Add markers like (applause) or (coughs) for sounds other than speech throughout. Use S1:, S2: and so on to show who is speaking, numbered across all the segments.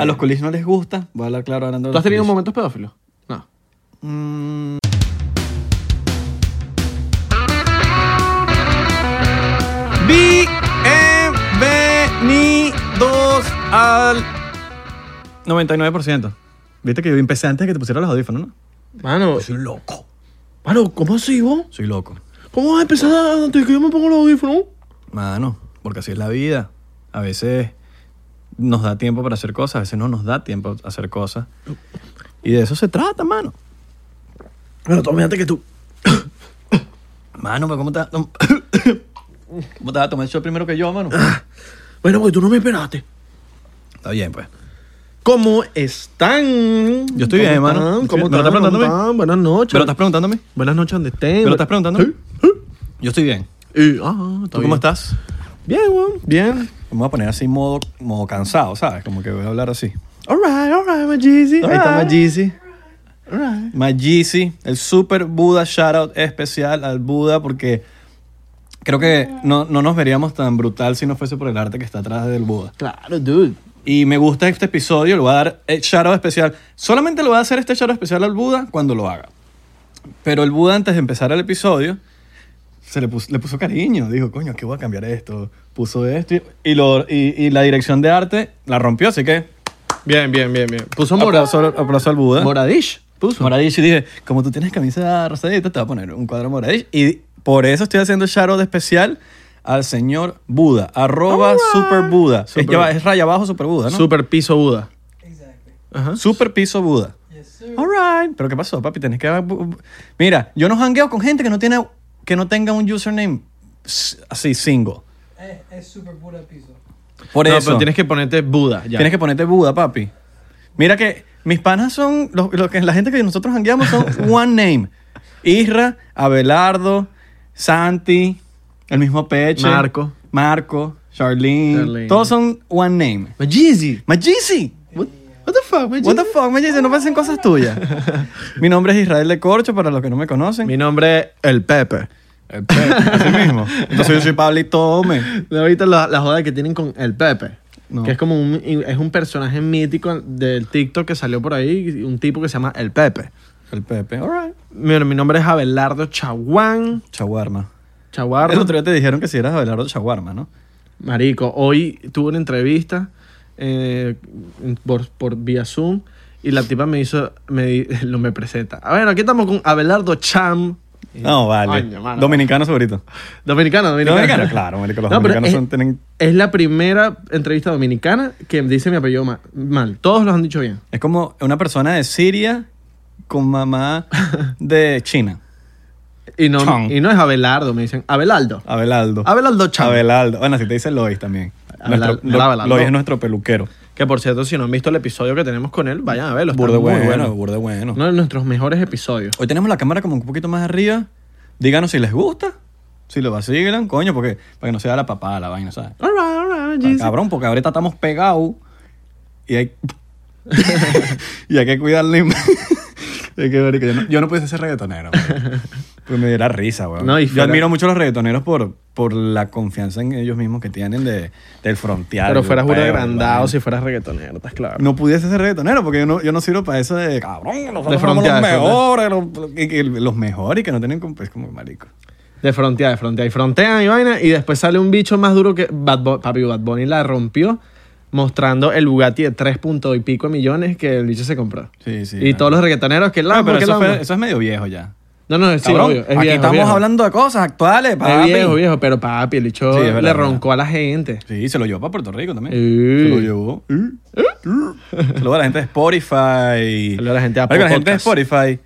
S1: A los colis no les gusta.
S2: Voy a hablar claro hablando de
S3: ¿Tú has
S2: los
S3: tenido
S2: colis.
S3: momentos pedófilos? No.
S1: Mm,
S2: Bienvenidos al 99%. Viste que yo empecé antes de que te pusieras los audífonos, ¿no?
S3: Mano,
S2: soy loco.
S3: mano, ¿cómo así vos?
S2: Soy loco.
S3: ¿Cómo vas a empezar antes de que yo me ponga los audífonos?
S2: Mano, porque así es la vida. A veces nos da tiempo para hacer cosas, a veces no nos da tiempo a hacer cosas. Y de eso se trata, mano.
S3: Bueno, tú antes que tú.
S2: Mano, pero ¿cómo te vas a tom- (coughs) ¿Cómo te vas a tomar el shot primero que yo, mano?
S3: Bueno, porque tú no me esperaste.
S2: Está bien, pues.
S3: ¿Cómo están?
S2: Yo estoy bien,
S3: ¿Cómo
S2: mano.
S3: están?
S2: Estoy
S3: ¿Cómo
S2: bien. ¿Me lo
S3: están?
S2: estás preguntando
S3: ¿Cómo
S2: a mí?
S3: están? Buenas noches.
S2: ¿Pero estás preguntándome?
S3: Buenas noches, donde estén.
S2: ¿Me lo estás preguntando? Yo estoy bien.
S3: Eh, ah, está
S2: ¿Tú
S3: bien.
S2: cómo estás?
S3: Bien, weón. Bien.
S2: Vamos a poner así modo, modo cansado, ¿sabes? Como que voy a hablar así.
S3: Alright, alright, my Jeezy. Ahí está my
S2: Alright.
S3: Jeezy. Alright.
S2: Majisi, el super Buda shoutout especial al Buda porque creo que no, no nos veríamos tan brutal si no fuese por el arte que está atrás del Buda.
S3: Claro, dude.
S2: Y me gusta este episodio, le voy a dar el shoutout especial. Solamente le voy a hacer este shoutout especial al Buda cuando lo haga. Pero el Buda antes de empezar el episodio se le puso, le puso cariño, dijo, coño, ¿qué voy a cambiar esto? Puso esto y, y lo, y, y la dirección de arte la rompió, así que
S3: Bien, bien, bien, bien. Puso mora.
S2: aplauso, aplauso al Buda.
S3: Moradish. Puso.
S2: Moradish y dije, como tú tienes camisa rosadita, te voy a poner un cuadro Moradish. Y por eso estoy haciendo el shoutout especial al señor Buda, arroba
S3: Alright.
S2: super Buda. Es,
S3: Super-
S2: lleva- es raya abajo super Buda, ¿no?
S3: Super piso Buda. Ajá.
S2: Super piso Buda. Alright. Pero ¿qué pasó, papi? Tenés que... Mira, yo no hangueo con gente que no, tiene, que no tenga un username s- así, single.
S4: Es, es super pura piso.
S2: Por
S3: no,
S2: eso.
S3: pero tienes que ponerte Buda. Ya.
S2: Tienes que ponerte Buda, papi. Mira que mis panas son, los, los que, la gente que nosotros hangueamos (laughs) son one name. Isra, Abelardo, Santi, el mismo Peche.
S3: Marco.
S2: Marco, Charlene.
S3: Charlene.
S2: Todos son one name.
S3: My Jeezy.
S2: Majisi.
S3: What, what the fuck, my
S2: What the
S3: Jeezy?
S2: fuck, Majisi, no pasen cosas tuyas. Mi nombre es Israel de Corcho, para los que no me conocen.
S3: Mi nombre es El Pepe.
S2: El Pepe, así mismo. Entonces yo soy Pablito Ome.
S3: De ahorita la, la joda que tienen con El Pepe.
S2: No.
S3: Que es como un, es un personaje mítico del TikTok que salió por ahí, un tipo que se llama El Pepe.
S2: El Pepe, alright.
S3: Bueno, mi nombre es Abelardo Chaguán.
S2: Chaguarma. El
S3: Chaguarro.
S2: otro día te dijeron que si eras Abelardo Chaguarma, ¿no?
S3: Marico, hoy tuve una entrevista eh, por, por vía Zoom y la tipa me hizo, me, di- (laughs) lo me presenta. A ver, aquí estamos con Abelardo Cham.
S2: No, vale.
S3: Coño, mano.
S2: Dominicano favorito.
S3: Dominicano, dominicano.
S2: Dominicano, claro, marico, los
S3: No, pero
S2: dominicanos
S3: es,
S2: son- tienen-
S3: es la primera entrevista dominicana que dice mi apellido ma- mal. Todos los han dicho bien.
S2: Es como una persona de Siria con mamá de China.
S3: Y no,
S2: Cham.
S3: y no es Abelardo, me dicen Abelardo.
S2: Abelardo.
S3: Abelardo Cham.
S2: Abelardo. Bueno, así te dice Lois también.
S3: Abelal-
S2: Nuestro-
S3: no,
S2: Lo-
S3: Abelardo.
S2: Lois es nuestro peluquero.
S3: Que por cierto, si no han visto el episodio que tenemos con él, vayan a verlo. Está
S2: Burde
S3: muy
S2: bueno,
S3: bueno.
S2: burde bueno.
S3: Uno de nuestros mejores episodios.
S2: Hoy tenemos la cámara como un poquito más arriba. Díganos si les gusta. Si lo vacilan, coño, porque para que no sea la papá la vaina, ¿sabes?
S3: All right, all right,
S2: Ah,
S3: Jesus.
S2: Cabrón, porque ahorita estamos pegados y hay, (laughs) y hay que cuidarle. (laughs) es que, marico, yo, no, yo no pudiese ser reggaetonero. marico. Porque me diera risa, weón.
S3: No, y
S2: yo
S3: fuera-
S2: admiro mucho a los reggaetoneros por, por la confianza en ellos mismos que tienen de, del frontear.
S3: Pero fueras juro
S2: europeo,
S3: agrandado
S2: ¿verdad?
S3: si fueras reggaetonero, estás claro.
S2: No pudiese ser reggaetonero porque yo no, yo no sirvo para eso de cabrón, los somos
S3: De
S2: los
S3: frontear,
S2: mejores, los, y que- los mejores y que no tienen comp- es como marico.
S3: De frontear, de frontear. Y frontean y vaina. Y después sale un bicho más duro que Bad Bunny. Papi, Bad Bunny la rompió mostrando el Bugatti de 3 punto y pico millones que el bicho se compró.
S2: Sí, sí.
S3: y todos los reggaetoneros que la
S2: Ah, pero
S3: que
S2: eso,
S3: Lambo.
S2: fue- eso es medio viejo ya.
S3: No, no, sí,
S2: Cabrón,
S3: obvio. Es
S2: aquí
S3: viejo,
S2: estamos
S3: viejo.
S2: hablando de cosas actuales, papi.
S3: Es viejo, viejo. Pero papi, el bicho
S2: Sí, es verdad,
S3: le
S2: es
S3: roncó a la gente.
S2: Sí, se lo llevó para Puerto Rico también.
S3: Eh.
S2: Se lo llevó. Eh. Eh. Se lo llevó a la gente de Spotify.
S3: Saludos a la gente de Apple
S2: Marico, La gente de
S3: Podcast.
S2: Spotify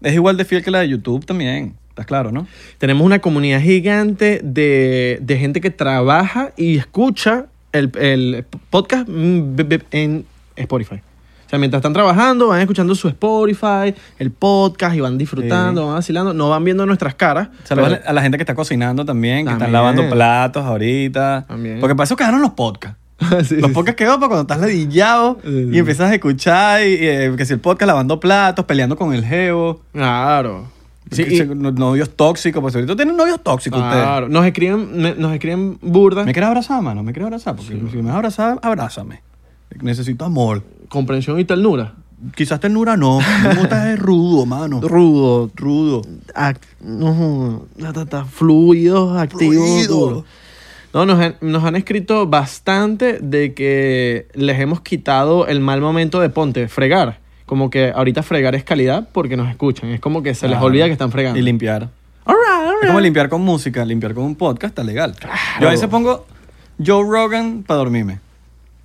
S2: es igual de fiel que la de YouTube también. ¿Estás claro, no?
S3: Tenemos una comunidad gigante de, de gente que trabaja y escucha el, el podcast mm, b- b- en Spotify. O sea, mientras están trabajando, van escuchando su Spotify, el podcast y van disfrutando, van vacilando, no van viendo nuestras caras.
S2: Saludos
S3: pero-
S2: a la gente que está cocinando también, que están
S3: También.
S2: lavando platos ahorita.
S3: También.
S2: Porque para eso quedaron los podcasts.
S3: (laughs) Sí,
S2: los
S3: sí,
S2: podcasts quedó para pues, cuando estás ladillado
S3: Sí, sí.
S2: y empiezas a escuchar y, eh, que si el podcast lavando platos, peleando con el geo.
S3: sí. Claro. Sí,
S2: que
S3: y-
S2: se- no- novios tóxicos, pues ahorita tienen novios tóxicos ustedes.
S3: claro. Nos escriben, me- nos escriben burda.
S2: ¿Me quieres abrazar, mano? ¿Me quieres abrazar? Porque si me vas a abrazar, abrázame. Necesito amor.
S3: comprensión y ternura.
S2: Quizás ternura no. Me gusta es rudo,
S3: (laughs)
S2: mano.
S3: Rudo,
S2: Rudo.
S3: act- no, ta, ta, ta, fluidos, activos.
S2: Fluido.
S3: duro. No, nos han, nos han escrito bastante de que les hemos quitado el mal momento de ponte, fregar. Como que ahorita fregar es calidad porque nos escuchan. Es como que se les
S2: Claro.
S3: olvida que están fregando.
S2: Y limpiar.
S3: All right, all
S2: Es como
S3: right.
S2: limpiar con música, limpiar con un podcast está legal. Yo a veces pongo Joe Rogan para dormirme.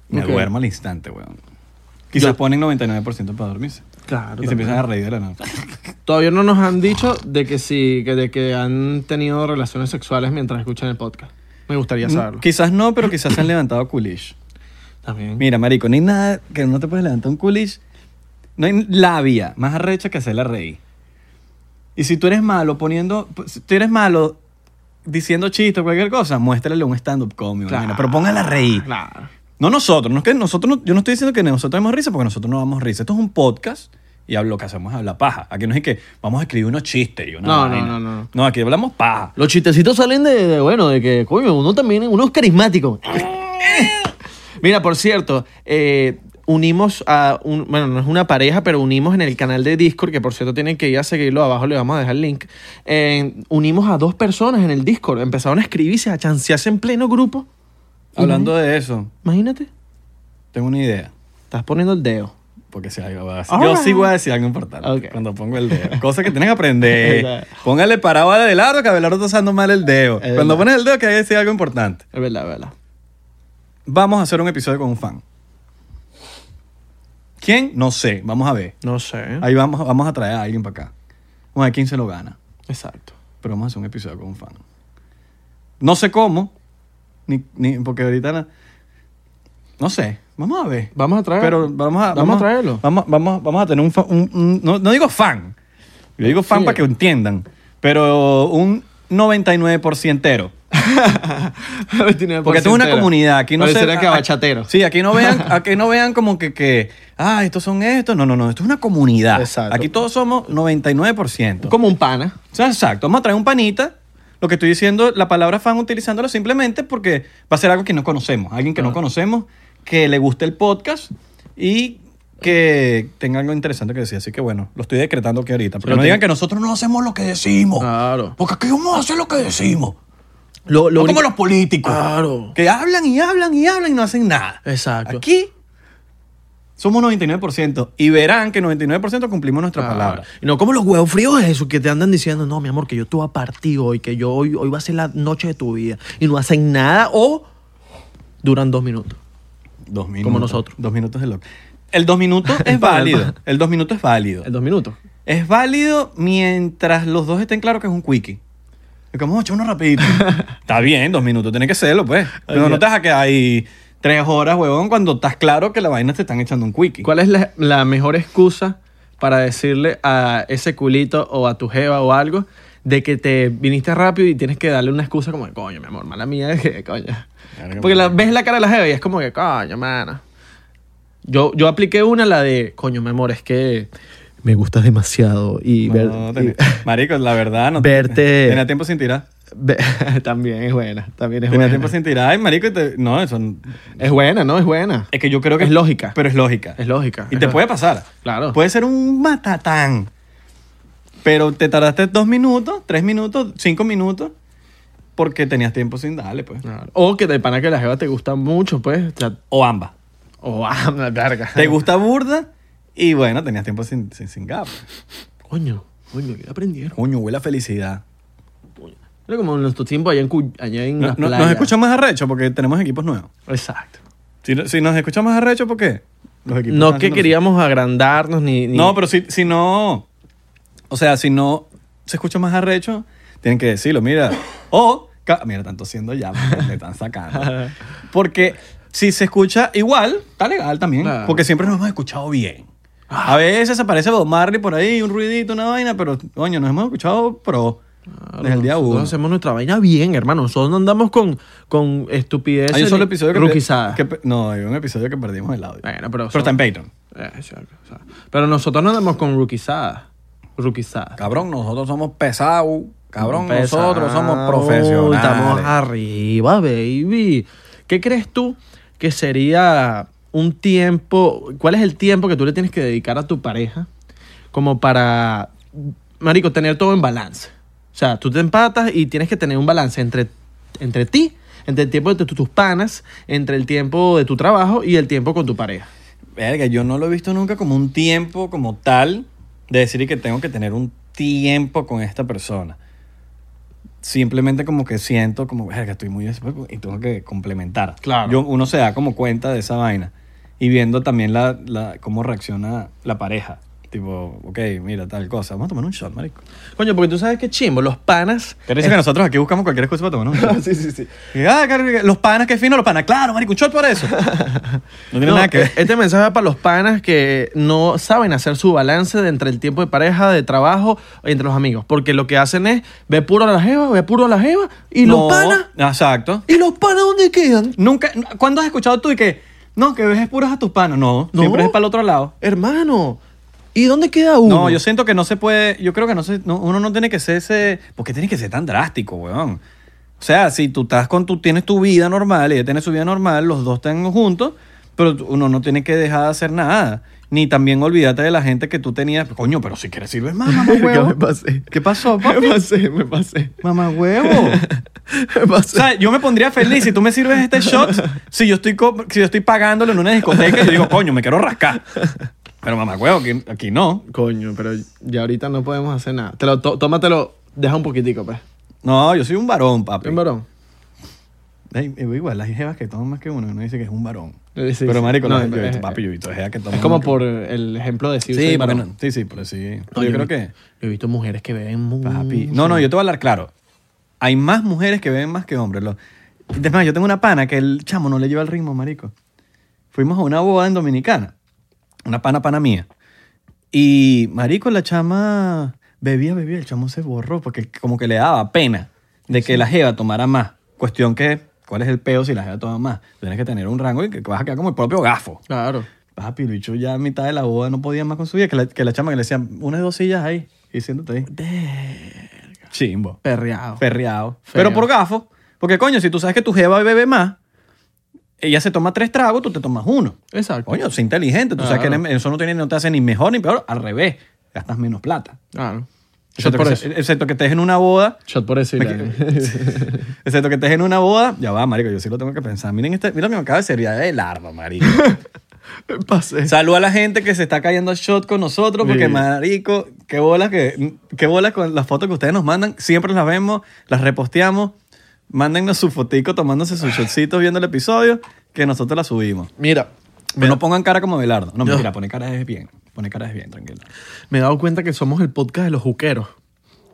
S2: Me
S3: Ok.
S2: duermo al instante, weón. Quizás
S3: Yo-
S2: ponen 99% para dormirse.
S3: Claro,
S2: y se
S3: también.
S2: empiezan a reír de la nada.
S3: Todavía no nos han dicho de que sí, que de que han tenido relaciones sexuales mientras escuchan el podcast. Me
S2: Mm,
S3: gustaría saberlo.
S2: Quizás no, pero quizás se han levantado culish.
S3: También.
S2: Mira, marico, no hay nada que no te puedes levantar un culish. No hay labia más arrecha que hacerla reír. Y si tú eres malo poniendo... Si tú eres malo diciendo chistes o cualquier cosa, muéstrale un stand-up comedy.
S3: Claro.
S2: Pero póngala a reír.
S3: Claro.
S2: No nosotros, no es que nosotros no- yo no estoy diciendo que nosotros demos risa porque nosotros no damos risa. Esto es un podcast y hablo, lo que hacemos es hablar paja. Aquí no es que vamos a escribir unos chistes y una
S3: No, no,
S2: vaina.
S3: no, no.
S2: No, aquí hablamos paja.
S3: Los chistecitos salen de, de, bueno, de que, coño, uno también, uno es carismático. (laughs) Mira, por cierto, eh, unimos a, un, bueno, no es una pareja, pero unimos en el canal de Discord, que por cierto tienen que ir a seguirlo, abajo le vamos a dejar el link. Eh, unimos a dos personas en el Discord, empezaron a escribirse, a chancearse en pleno grupo.
S2: Hablando de eso,
S3: Imagínate,
S2: tengo una idea.
S3: estás poniendo el dedo.
S2: Porque si algo va a decir.
S3: All
S2: Yo
S3: right.
S2: sí voy a decir algo importante
S3: Ok.
S2: cuando pongo el dedo. Cosa que tienes que aprender.
S3: (laughs) Exacto.
S2: Póngale parado a Abelardo que Abelardo está usando mal el dedo.
S3: Es
S2: Cuando
S3: verdad.
S2: pones el dedo que hay que decir algo importante.
S3: Es verdad, es verdad.
S2: Vamos a hacer un episodio con un fan. ¿Quién? No sé. Vamos a ver.
S3: No sé.
S2: Ahí vamos, vamos a traer a alguien para acá. Vamos a ver quién se lo gana.
S3: Exacto.
S2: Pero vamos a hacer un episodio con un fan. No sé cómo. Ni, ni- porque ahorita. na- no sé. Vamos a ver.
S3: Vamos a traer. (laughs)
S2: Pero vamos a.
S3: Vamos a traerlo.
S2: Vamos, vamos, vamos a tener un. fa- un- un- no, no digo fan. Yo digo fan
S3: Sí.
S2: para que entiendan. Pero un 99%ero. Porque tengo una comunidad. Aquí no
S3: Pareciera
S2: se-
S3: que
S2: a- a-
S3: bachatero.
S2: Sí, aquí no vean, aquí no vean como que, que. Ah, estos son estos. No, no, no. Esto es una comunidad.
S3: Exacto.
S2: Aquí todos somos 99%.
S3: Como un pana.
S2: O sea, exacto. Vamos a traer un panita. Lo que estoy diciendo, la palabra fan utilizándolo simplemente porque va a ser algo que no conocemos. Alguien que no
S3: Ah.
S2: conocemos, que le guste el podcast y que tenga algo interesante que decir. Así que bueno, lo estoy decretando aquí ahorita. Pero
S3: Lo
S2: no
S3: tiene-
S2: digan que nosotros no hacemos lo que decimos.
S3: Claro.
S2: Porque aquí vamos a hacer lo que decimos.
S3: Lo,
S2: no como
S3: único- Ah.
S2: los políticos.
S3: Claro.
S2: Que hablan y hablan y hablan y no hacen nada.
S3: Exacto.
S2: Aquí somos 99% y verán que 99% cumplimos nuestra
S3: Claro.
S2: palabra.
S3: Ah. Y no como los huevos fríos esos que te andan diciendo, no, mi amor, que yo te voy a partir hoy, que yo hoy, hoy va a ser la noche de tu vida. Y no hacen nada o duran dos minutos.
S2: Dos minutos.
S3: Como nosotros.
S2: Dos minutos de loco. El dos
S3: (laughs)
S2: minutos es válido. El dos minutos es válido.
S3: dos minutos.
S2: Es válido mientras los dos estén claros que es un quickie. Es como, "Ocho, uno
S3: (laughs)
S2: rapidito. Está bien, dos minutos, tiene que serlo, pues. Pero no te vas a quedar ahí tres horas, huevón, cuando estás claro que la vaina te están echando un quickie.
S3: ¿Cuál es la, la mejor excusa para decirle a ese culito o a tu jeva o algo de que te viniste rápido y tienes que darle una excusa como, coño, mi amor, mala mía, (laughs) que coño.
S2: Verga,
S3: Porque la-
S2: mano.
S3: ves la cara de la jeva y es como que, coño, mana. Yo, yo apliqué una, la de, coño, mi amor, es que me gustas demasiado y,
S2: No,
S3: ver-
S2: ten- Marico, la verdad, no.
S3: Verte-
S2: Tenía tiempo sin tirar.
S3: y- (laughs) ve- (laughs) también es buena, también es
S2: Tenía
S3: buena.
S2: tiempo sin tirar. Ay, marico, y te- no, eso. n-
S3: Es buena, ¿no? Es buena.
S2: Es que yo creo que
S3: Es lógica.
S2: Pero es lógica.
S3: Es lógica.
S2: Y
S3: es
S2: te
S3: lógica.
S2: puede pasar.
S3: Claro.
S2: Puede ser un matatán. Pero te tardaste dos minutos, tres minutos, cinco minutos, porque tenías tiempo sin darle, pues.
S3: Claro. O que de pana que la jeva te gusta mucho, pues. O, sea,
S2: O ambas. (laughs) Oh,
S3: o ah, la verga.
S2: Te gusta burda y bueno, tenías tiempo sin, sin, sin gap.
S3: Coño, coño, ¿qué aprendieron?
S2: Coño, huele a felicidad.
S3: Era como en nuestro tiempo allá en, Cu- allá en
S2: No-
S3: las
S2: no-
S3: playas.
S2: nos escuchan más arrecho porque tenemos equipos nuevos.
S3: Exacto.
S2: Si, no- si nos escuchan más arrecho, ¿por qué? Los equipos
S3: No
S2: están
S3: que
S2: haciendo-
S3: queríamos agrandarnos ni... ni-
S2: No, pero si, si no. O sea, si no se escucha más arrecho, tienen que decirlo, (laughs) mira. O. ca- Mira, están tosiendo ya, porque me están (laughs) sacando. Porque si se escucha igual, está legal también.
S3: Claro.
S2: Porque siempre nos hemos escuchado bien. A veces aparece Bob Marley por ahí, un ruidito, una vaina, pero coño, nos hemos escuchado pro desde el día
S3: Nosotros
S2: uno.
S3: hacemos nuestra vaina bien, hermano. Nosotros no andamos con, con estupideces.
S2: Hay un solo
S3: ni
S2: episodio que, pe-
S3: ruquizadas.
S2: que pe- No, hay un episodio que perdimos el audio.
S3: Bueno, pero...
S2: pero está en Patreon.
S3: Eh, exacto, o sea, pero nosotros no andamos con ruquizadas. Ruquizadas.
S2: Cabrón, nosotros somos pesados. Cabrón,
S3: Pesado,
S2: nosotros somos profesionales.
S3: Estamos arriba, baby. ¿Qué crees tú que sería un tiempo, cuál es el tiempo que tú le tienes que dedicar a tu pareja como para, marico, tener todo en balance. O sea, tú te empatas y tienes que tener un balance entre, entre ti, entre el tiempo de tu- tus panas, entre el tiempo de tu trabajo y el tiempo con tu pareja.
S2: Verga, yo no lo he visto nunca como un tiempo como tal de decir que tengo que tener un tiempo con esta persona. Simplemente como que siento como, verga, estoy muy desesperado y tengo que complementar.
S3: Claro.
S2: Yo, uno se da como cuenta de esa vaina y viendo también la, la- cómo reacciona la pareja. Tipo, ok, mira, tal cosa. Vamos a tomar un shot, marico.
S3: Coño, porque tú sabes que chimbo, los panas...
S2: Pero dice que nosotros aquí buscamos cualquier excusa para tomar un (laughs) shot.
S3: (laughs) sí, sí, sí.
S2: Y, ah, car- los panas, qué fino los panas. Claro, marico, un shot por
S3: (laughs)
S2: eso. No tiene
S3: No,
S2: nada que ver.
S3: Este mensaje es para los panas que no saben hacer su balance de entre el tiempo de pareja, de trabajo, entre los amigos. Porque lo que hacen es ve puro a la jeva, ve puro a la jeva. Y
S2: No,
S3: los panas.
S2: Exacto.
S3: ¿Y los panas dónde quedan?
S2: Nunca, ¿cuándo has escuchado tú y que no, que ves puros a tus panos? No,
S3: No.
S2: siempre es para el otro lado.
S3: Hermano. ¿Y dónde queda uno?
S2: No, yo
S3: (laughs)
S2: siento que no se puede, yo creo que no se, no, uno no tiene que ser ese, ¿por qué tiene que ser tan drástico, weón? O sea, si tú estás con, tú tienes tu vida normal, ella tiene su vida normal, los dos están juntos, pero tú- uno no tiene que dejar de hacer nada. Ni también olvídate de la gente que tú tenías, coño, pero si quieres sirves más, (laughs)
S3: (laughs)
S2: mamá
S3: me
S2: huevo.
S3: pasé? (laughs)
S2: ¿Qué pasó,
S3: Me
S2: papi?
S3: pasé, me pasé. (laughs)
S2: Mamá huevo.
S3: Me
S2: O
S3: pasé.
S2: sea, yo me pondría feliz si tú me sirves este shot. Si yo estoy, co- si yo estoy pagándolo en una discoteca, yo digo, coño, me quiero rascar. Pero mamá, huevo, aquí, aquí no.
S3: Coño, pero ya ahorita no podemos hacer nada. Te lo, to- tómatelo, deja un poquitico, pues.
S2: No, yo soy un varón, papi.
S3: Un varón.
S2: Ey, ey, igual, hay jevas que toman más que uno. Uno dice que es un varón.
S3: Sí, sí,
S2: Pero
S3: sí.
S2: marico,
S3: No,
S2: la- yo he
S3: es-
S2: visto, papi, yo he visto jevas que toman
S3: Es como
S2: más que
S3: por
S2: uno.
S3: el ejemplo de si
S2: Sí,
S3: soy
S2: porque
S3: varón.
S2: no- sí, sí, pero sí.
S3: No,
S2: yo, creo
S3: vi-
S2: que...
S3: Yo he visto mujeres que beben mucho.
S2: Papi. No, no, yo te voy a hablar claro. Hay más mujeres que beben más que hombres. Lo... Es más, yo tengo una pana que el chamo no le lleva el ritmo, marico. Fuimos a una boda en Dominicana. Una pana, pana mía. Y, marico, la chama bebía, bebía. El chamo se borró porque como que le daba pena de que la jeva tomara más. Cuestión que, ¿cuál es el peo si la jeva toma más? Tienes que tener un rango y que vas a quedar como el propio gafo.
S3: Claro.
S2: Papi, el bicho ya a mitad de la boda no podía más con su vida. Que la, que la chama que le decían unas dos sillas ahí y siéntate ahí. Chimbo.
S3: Perreado.
S2: Ferreado. Pero por gafo. Porque, coño, si tú sabes que tu jeva bebe más, ella se toma tres tragos, tú te tomas uno.
S3: Exacto.
S2: Coño, sé inteligente. Tú sabes que
S3: Claro.
S2: en- eso no, tiene, no te hace ni mejor ni peor. Al revés, gastas menos plata.
S3: Claro. Shot
S2: Excepto
S3: por
S2: que,
S3: eso.
S2: se- excepto que estés en una boda.
S3: Shot por eso. y la-
S2: (laughs)
S3: (laughs)
S2: Excepto que estés en una boda. Ya va, marico, yo sí lo tengo que pensar. Miren, este, mira lo que me acaba de servir de larva, marico.
S3: Pasé.
S2: Salud a la gente que se está cayendo a shot con nosotros, porque
S3: Sí.
S2: marico, qué bolas que, qué bolas con las fotos que ustedes nos mandan. Siempre las vemos, las reposteamos. Mándennos su fotico tomándose sus shotcitos viendo el episodio, que nosotros la subimos.
S3: Mira,
S2: Pero no pongan cara como Belardo. No,
S3: No.
S2: mentira, pone cara es bien. Pone cara es bien, tranquilo.
S3: me he dado cuenta que somos el podcast de los juqueros.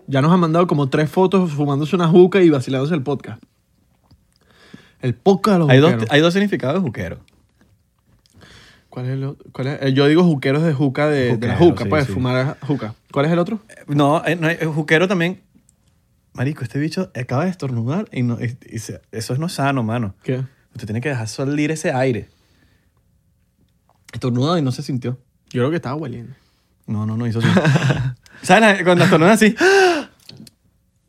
S3: Ya nos han mandado como tres fotos fumándose una juca y vacilándose el podcast. El podcast de los
S2: Hay dos,
S3: juqueros.
S2: hay dos significados de juquero.
S3: ¿Cuál es el otro? ¿Cuál es? Eh, Yo digo juqueros de juca de, de la
S2: Juquero,
S3: juca,
S2: sí,
S3: pues,
S2: sí.
S3: fumar a- juca. ¿Cuál es el otro?
S2: Eh, No, eh, no, eh, juquero también. Marico, este bicho acaba de estornudar y, no, y- y se- eso no es sano, mano.
S3: ¿Qué?
S2: Usted tiene que dejar salir ese aire. Estornudado y no se sintió.
S3: Yo creo que estaba hueliendo.
S2: No, no, no hizo así. (laughs) ¿Sabes? la- Cuando estornudas así. (gasps)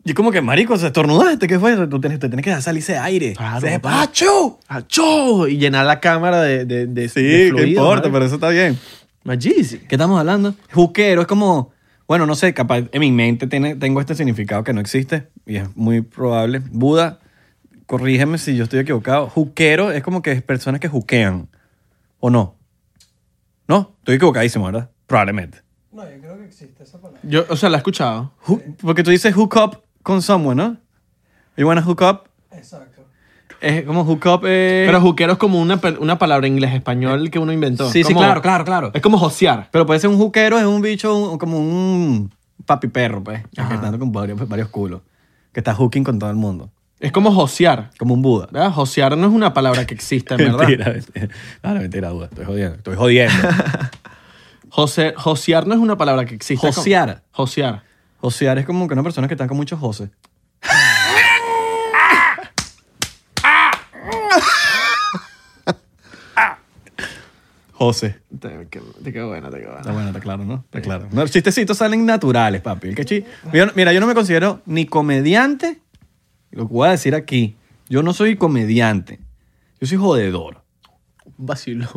S2: Y como que, marico, se estornudaste. ¿Qué fue? Tú tienes, te tienes que dejar salir ese aire.
S3: Claro,
S2: Ese-
S3: papá.
S2: ¡Achú!
S3: ¡Achó! Y llenar la cámara de, de, de
S2: Sí,
S3: de fluido,
S2: qué importa,
S3: madre.
S2: pero eso está bien.
S3: Más Yeezy.
S2: ¿Qué estamos hablando? Juquero es como... Bueno, no sé, capaz en mi mente tiene- tengo este significado que no existe y es muy probable. Buda, corrígeme si yo estoy equivocado. Juquero es como que es personas que juquean, ¿o no? No, estoy equivocadísimo, ¿verdad? Probablemente.
S4: No, yo creo que existe esa palabra.
S3: Yo, o sea, la he escuchado.
S2: Ju- Porque tú dices hook up con someone, ¿no? You wanna hook up.
S4: Exacto.
S2: Es como hook up. eh,
S3: Pero juquero es como una, pe- una palabra en inglés español que uno inventó.
S2: Sí, sí,
S3: Como-
S2: claro, claro, claro.
S3: Es como josear.
S2: pero puede ser un juquero, es un bicho un- como un papi perro, pues. Que
S3: Ajá.
S2: está andando con varios, varios culos. Que está hooking con todo el mundo.
S3: Es como josear.
S2: Como un Buda.
S3: ¿Verdad? Josear no es una palabra que exista, en verdad.
S2: Mentira, mentira. Ah, no, mentira, Buda. Estoy jodiendo. Estoy jodiendo. (laughs)
S3: Jose- josear no es una palabra que exista. Es como-
S2: Josear.
S3: Josear.
S2: Josear es como que una persona que está con muchos José. José.
S3: Te, qué- te quedó buena, te quedó buena.
S2: Está bueno, está claro, ¿no? Está claro. No, los chistecitos salen naturales, papi. El que chi- Mira, mira, yo no me considero ni comediante, lo que voy a decir aquí. Yo no soy comediante. Yo soy jodedor.
S3: Vacilo.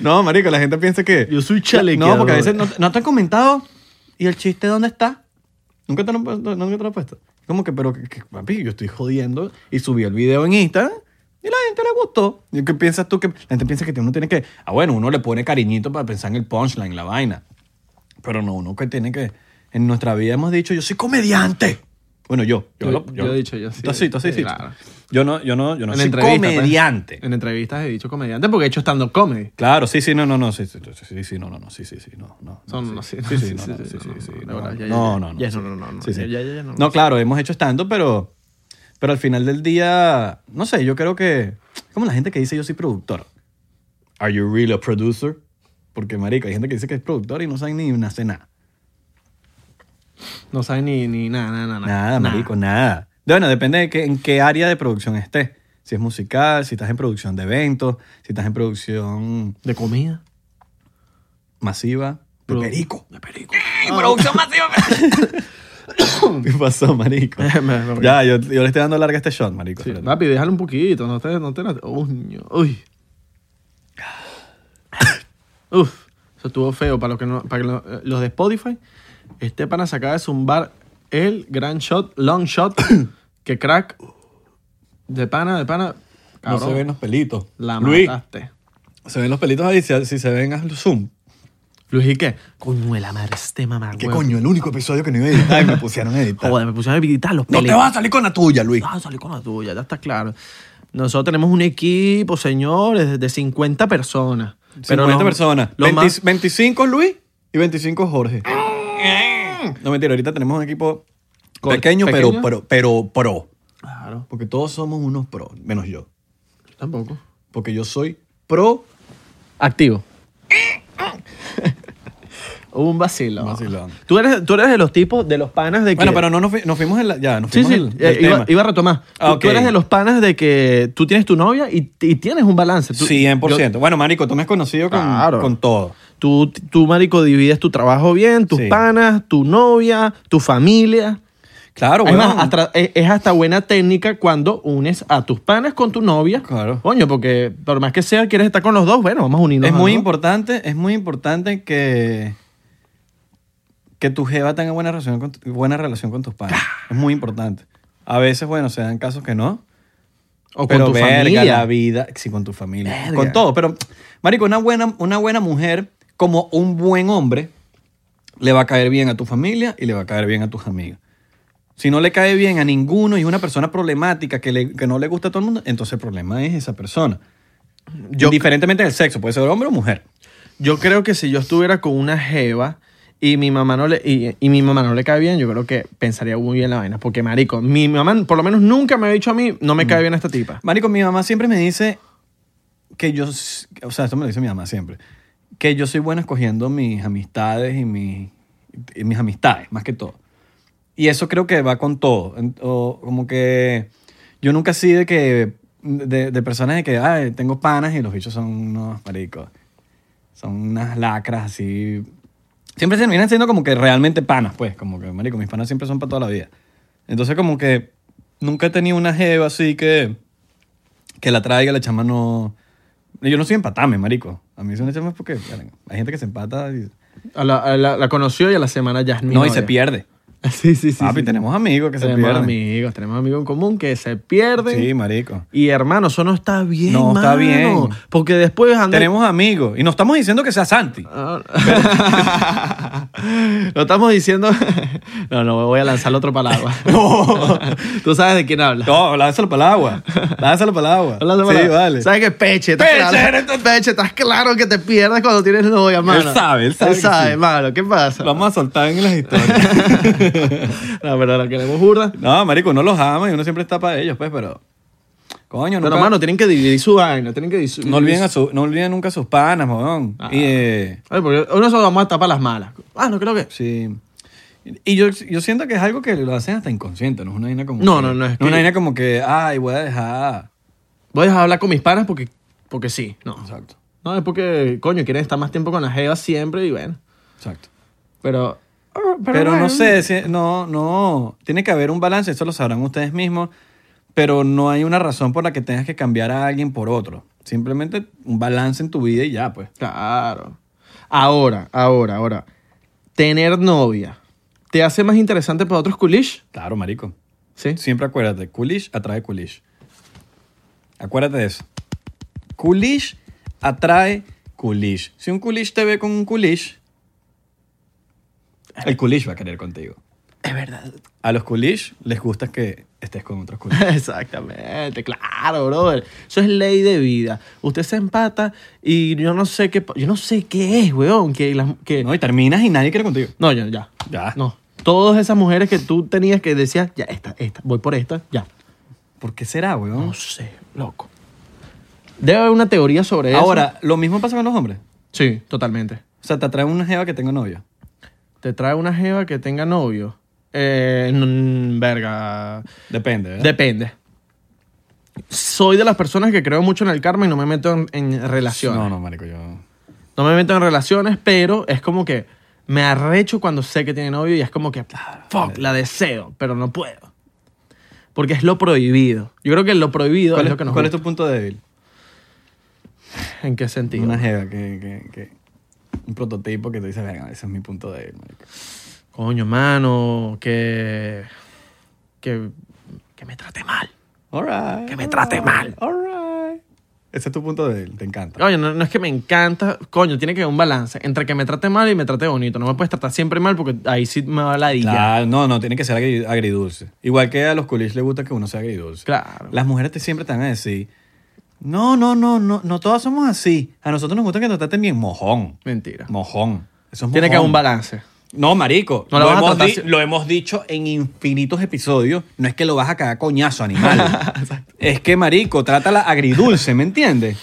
S2: No, marico, la gente piensa que...
S3: Yo soy chalequeador.
S2: No, porque a veces no, no te han comentado. ¿Y el chiste dónde está? Nunca te lo han puesto. Nunca te lo han puesto. Como que, pero, que, que, papi, yo estoy jodiendo. Y subí el video en Instagram y la gente le gustó. ¿Y qué piensas tú? Que, la gente piensa que uno tiene que... Ah, bueno, uno le pone cariñito para pensar en el punchline, la vaina. Pero no, uno que tiene que... En nuestra vida hemos dicho, yo soy comediante. Bueno, yo. Yo,
S3: Yo-
S2: lo-
S3: yo he dicho, yo sí.
S2: Tú sí, tú sí,
S3: Sí,
S2: sí.
S3: claro.
S2: Yo no, yo no, yo no
S3: En
S2: soy
S3: entrevistas, pues.
S2: comediante.
S3: En entrevistas he dicho comediante porque he hecho stand-up comedy.
S2: Claro, sí, sí, no, no, no, sí, sí, sí, sí, sí, no, no, no, sí, sí, sí, no, no. no,
S3: Son
S2: sí,
S3: así.
S2: sí, sí, no, no, sí, sí, sí,
S3: no,
S2: no,
S3: ya, ya,
S2: No, no,
S3: ya.
S2: no.
S3: Ya,
S2: sí,
S3: no, no, no, no,
S2: sí, sí.
S3: ya, ya, ya, no,
S2: No,
S3: sí.
S2: claro, hemos hecho estando, pero pero al final del día, no sé, yo creo que es como la gente que dice yo soy productor. Are you really a producer? Porque marica, hay gente que dice que es productor y no saben ni hace nada.
S3: No saben ni, ni nada, nada, nada.
S2: Nada, marico, nada. De- Bueno, depende de qué- en qué área de producción estés. Si es musical, si estás en producción de eventos, si estás en producción
S3: De comida.
S2: masiva, de
S3: Produ-
S2: perico.
S3: De perico. (laughs) Ah,
S2: (laughs) ¿Qué pasó, (laughs) marico?
S3: Me- me-
S2: ya, yo, yo le estoy dando larga a este shot, marico.
S3: Sí,
S2: Espérate.
S3: papi, déjalo un poquito. No te, no te la... Uy, uy. (coughs) Uf. Eso estuvo feo para los que no... Para que no- eh, los de Spotify. Este pana se acaba de zumbar el gran shot, long shot. (coughs) que crack. De pana, de pana.
S2: no
S3: Cabrón,
S2: se ven los pelitos.
S3: La
S2: Luis,
S3: mataste.
S2: se ven los pelitos ahí. Si, si se ven, haz zoom.
S3: Luis, ¿y qué? Coño, de la madre, este mamá. huevo.
S2: El único episodio que no iba a editar y me pusieron a editar.
S3: Joder, me pusieron a editar los
S2: no te
S3: peleas.
S2: vas a salir con la tuya, Luis.
S3: Ah, salí con la tuya, ya está claro. Nosotros tenemos un equipo, señores, de 50 personas.
S2: 50
S3: no-
S2: personas.
S3: lo
S2: 20
S3: más-
S2: 25 Luis y 25 Jorge. no mentira, ahorita tenemos un equipo
S3: Cor-
S2: pequeño,
S3: pequeño.
S2: Pero, pero, pero pro.
S3: Claro,
S2: Porque todos somos unos pro, menos yo.
S3: yo tampoco.
S2: Porque yo soy pro
S3: (laughs) Activo. un vacilo.
S2: Vacilón.
S3: Tú eres, tú eres de los tipos, de los panas de que...
S2: Bueno, pero no nos, fui- nos fuimos en la, ya, nos
S3: Sí,
S2: fuimos
S3: sí,
S2: del-
S3: eh,
S2: del
S3: iba,
S2: tema.
S3: iba a retomar. Tú-
S2: Ah, ok.
S3: Tú eres de los panas de que tú tienes tu novia y, y tienes un balance. Tú-
S2: 100%. bueno, marico, tú me has conocido con,
S3: Claro.
S2: con todo.
S3: Tú, tú, marico, divides tu trabajo bien, tus
S2: Sí.
S3: panas, tu novia, tu familia.
S2: Claro,
S3: es,
S2: Ah, bueno.
S3: más, hasta- es- es hasta buena técnica cuando unes a tus panas con tu novia.
S2: Claro.
S3: Coño, porque por más que sea, quieres estar con los dos, bueno, vamos a unirnos.
S2: es
S3: a
S2: muy
S3: los dos.
S2: importante, es muy importante que que tu jeva tenga buena relación con tu- buena relación con tus padres. Es muy importante. A veces, bueno, se dan casos que no.
S3: O
S2: pero
S3: con tu
S2: verga,
S3: familia.
S2: la vida, sí, con tu familia,
S3: Verga.
S2: con todo, pero marico, una buena una buena mujer como un buen hombre le va a caer bien a tu familia y le va a caer bien a tus amigos. Si no le cae bien a ninguno y es una persona problemática que, le- que no le gusta a todo el mundo, entonces el problema es esa persona.
S3: Yo-
S2: Indiferentemente del sexo, puede ser hombre o mujer.
S3: Yo creo que si yo estuviera con una jeva y mi mamá no le y, y mi mamá no le cae bien, yo creo que pensaría muy bien la vaina, porque marico, mi mamá por lo menos nunca me ha dicho a mí, no
S2: Mm.
S3: me cae bien esta tipa.
S2: Marico, mi mamá siempre me dice que yo, s- o sea, esto me lo dice mi mamá siempre, que yo soy bueno escogiendo mis amistades y, mi- y mis amistades, más que todo. Y eso creo que va con todo. En- o como que yo nunca así de que, de, de personas de que, ay, tengo panas y los bichos son unos maricos. Son unas lacras así. Siempre se terminan siendo como que realmente panas, pues. Como que, marico, mis panas siempre son para toda la vida. Entonces como que nunca he tenido una jeva así que que la traiga, la chama no... Yo no soy empatame, marico. A mí son chamas porque verga, hay gente que se empata y...
S3: A la, a la- la conoció y a la semana ya es mi
S2: No, y se
S3: novia.
S2: pierde.
S3: (laughs) Sí, sí, sí.
S2: Papi,
S3: sí.
S2: tenemos amigos que se
S3: Tenemos
S2: pierden.
S3: amigos, tenemos amigos en común que se pierden.
S2: Sí, marico.
S3: Y hermano, eso no está bien.
S2: No está
S3: mano.
S2: bien.
S3: Porque después andar-
S2: Tenemos amigos. Y no estamos diciendo que sea Santi.
S3: Ah. (laughs) Lo estamos diciendo. No, no, voy a lanzar otro palabra.
S2: (laughs) No.
S3: Tú sabes de quién habla.
S2: No, lánzalo para el agua. Lánzalo para el
S3: (laughs)
S2: agua.
S3: Habla de
S2: Sí,
S3: palabra.
S2: vale.
S3: ¿Sabes qué? Peche. estás
S2: Peche,
S3: claro-
S2: eres-
S3: Peche, estás claro que te pierdes cuando tienes novia, mano.
S2: sabe, él sabe
S3: Él
S2: que
S3: sabe,
S2: sí.
S3: mano. ¿Qué pasa?
S2: Lo vamos a soltar en las historias.
S3: (laughs) No, pero lo queremos burda.
S2: no, marico, uno los ama y uno siempre está para ellos, pues, pero... Coño,
S3: Pero,
S2: nunca-
S3: mano, tienen que dividir su vaina. Tienen que dividir
S2: no, olviden a su- no olviden nunca a sus panas, jodón.
S3: Ah.
S2: Y... eh,
S3: Ay, porque uno solo vamos a tapar las malas. Ah, no creo que.
S2: Sí. Y yo, yo siento que es algo que lo hacen hasta inconsciente, no es una vaina como.
S3: No,
S2: que-
S3: no, no, es
S2: Es
S3: que-
S2: una vaina como que, ay, voy a dejar.
S3: Voy a dejar de hablar con mis panas porque, porque sí. No.
S2: Exacto,
S3: No, es porque, coño, quieren estar más tiempo con la jeva siempre y bueno.
S2: exacto.
S3: Pero. Pero,
S2: Pero, no sé, si- no, no. Tiene que haber un balance, eso lo sabrán ustedes mismos. Pero no hay una razón por la que tengas que cambiar a alguien por otro. Simplemente un balance en tu vida y ya, pues.
S3: Claro. Ahora, ahora, ahora. Tener novia. ¿Te hace más interesante para otros coolish?
S2: Claro, marico.
S3: Sí.
S2: Siempre acuérdate, coolish atrae coolish. Acuérdate de eso. Coolish atrae coolish. Si un coolish te ve con un coolish, el coolish va a querer contigo.
S3: Es verdad.
S2: A los coolish les gusta que estés con otros coolish.
S3: (laughs) Exactamente, claro, brother. Eso es ley de vida. Usted se empata y yo no sé qué, pa- yo no sé qué es, weón. Que las- que...
S2: No, y terminas y nadie quiere contigo.
S3: No, ya, ya.
S2: Ya.
S3: No. Todas esas mujeres que tú tenías que decías, ya, esta, esta, voy por esta, ya.
S2: ¿Por qué será, weón?
S3: No sé, loco. Debe haber una teoría sobre eso.
S2: Ahora, lo mismo pasa con los hombres.
S3: Sí, totalmente.
S2: O sea, te atrae una jeva que tenga novio.
S3: Te trae una jeva que tenga novio. Eh, mm, verga.
S2: Depende, ¿eh? ¿verdad?
S3: Depende. Soy de las personas que creo mucho en el karma y no me meto en, en relaciones.
S2: No, no, marico, yo...
S3: No me meto en relaciones, pero es como que me arrecho cuando sé que tiene novio y es como que, "Ah, fuck, la deseo, pero no puedo. Porque es lo prohibido. Yo creo que lo prohibido es,
S2: ¿Cuál, es,
S3: lo que nos
S2: cuál es
S3: gusta.
S2: tu punto débil?
S3: ¿En qué sentido?
S2: Una jeva que, que, que... Un prototipo que te dice, venga, ese es mi punto débil, marico.
S3: Coño, mano, que, que... Que me trate mal.
S2: All right,
S3: Que me
S2: all
S3: trate
S2: right,
S3: mal. Ah,
S2: all right. Ese es tu punto débil, te encanta.
S3: Coño, no, no es que me encanta. Coño, tiene que haber un balance entre que me trate mal y me trate bonito. No me puedes tratar siempre mal porque ahí sí me va a ladillar.
S2: Claro, no, no, tiene que ser agri- agridulce. Igual que a los coolish les gusta que uno sea agridulce.
S3: Claro.
S2: Las mujeres te siempre te van a decir, no, no, no, no, no todas somos así. A nosotros nos gusta que nos traten bien mojón.
S3: Mentira.
S2: Mojón. Eso es
S3: Tiene que
S2: mojón.
S3: haber un balance.
S2: No, marico.
S3: No la
S2: lo,
S3: vas a
S2: hemos
S3: tratar
S2: di-
S3: si-
S2: lo hemos dicho en infinitos episodios. No es que lo vas a cagar coñazo,
S3: (laughs)
S2: animal. es que, marico, trátala agridulce, ¿me entiendes?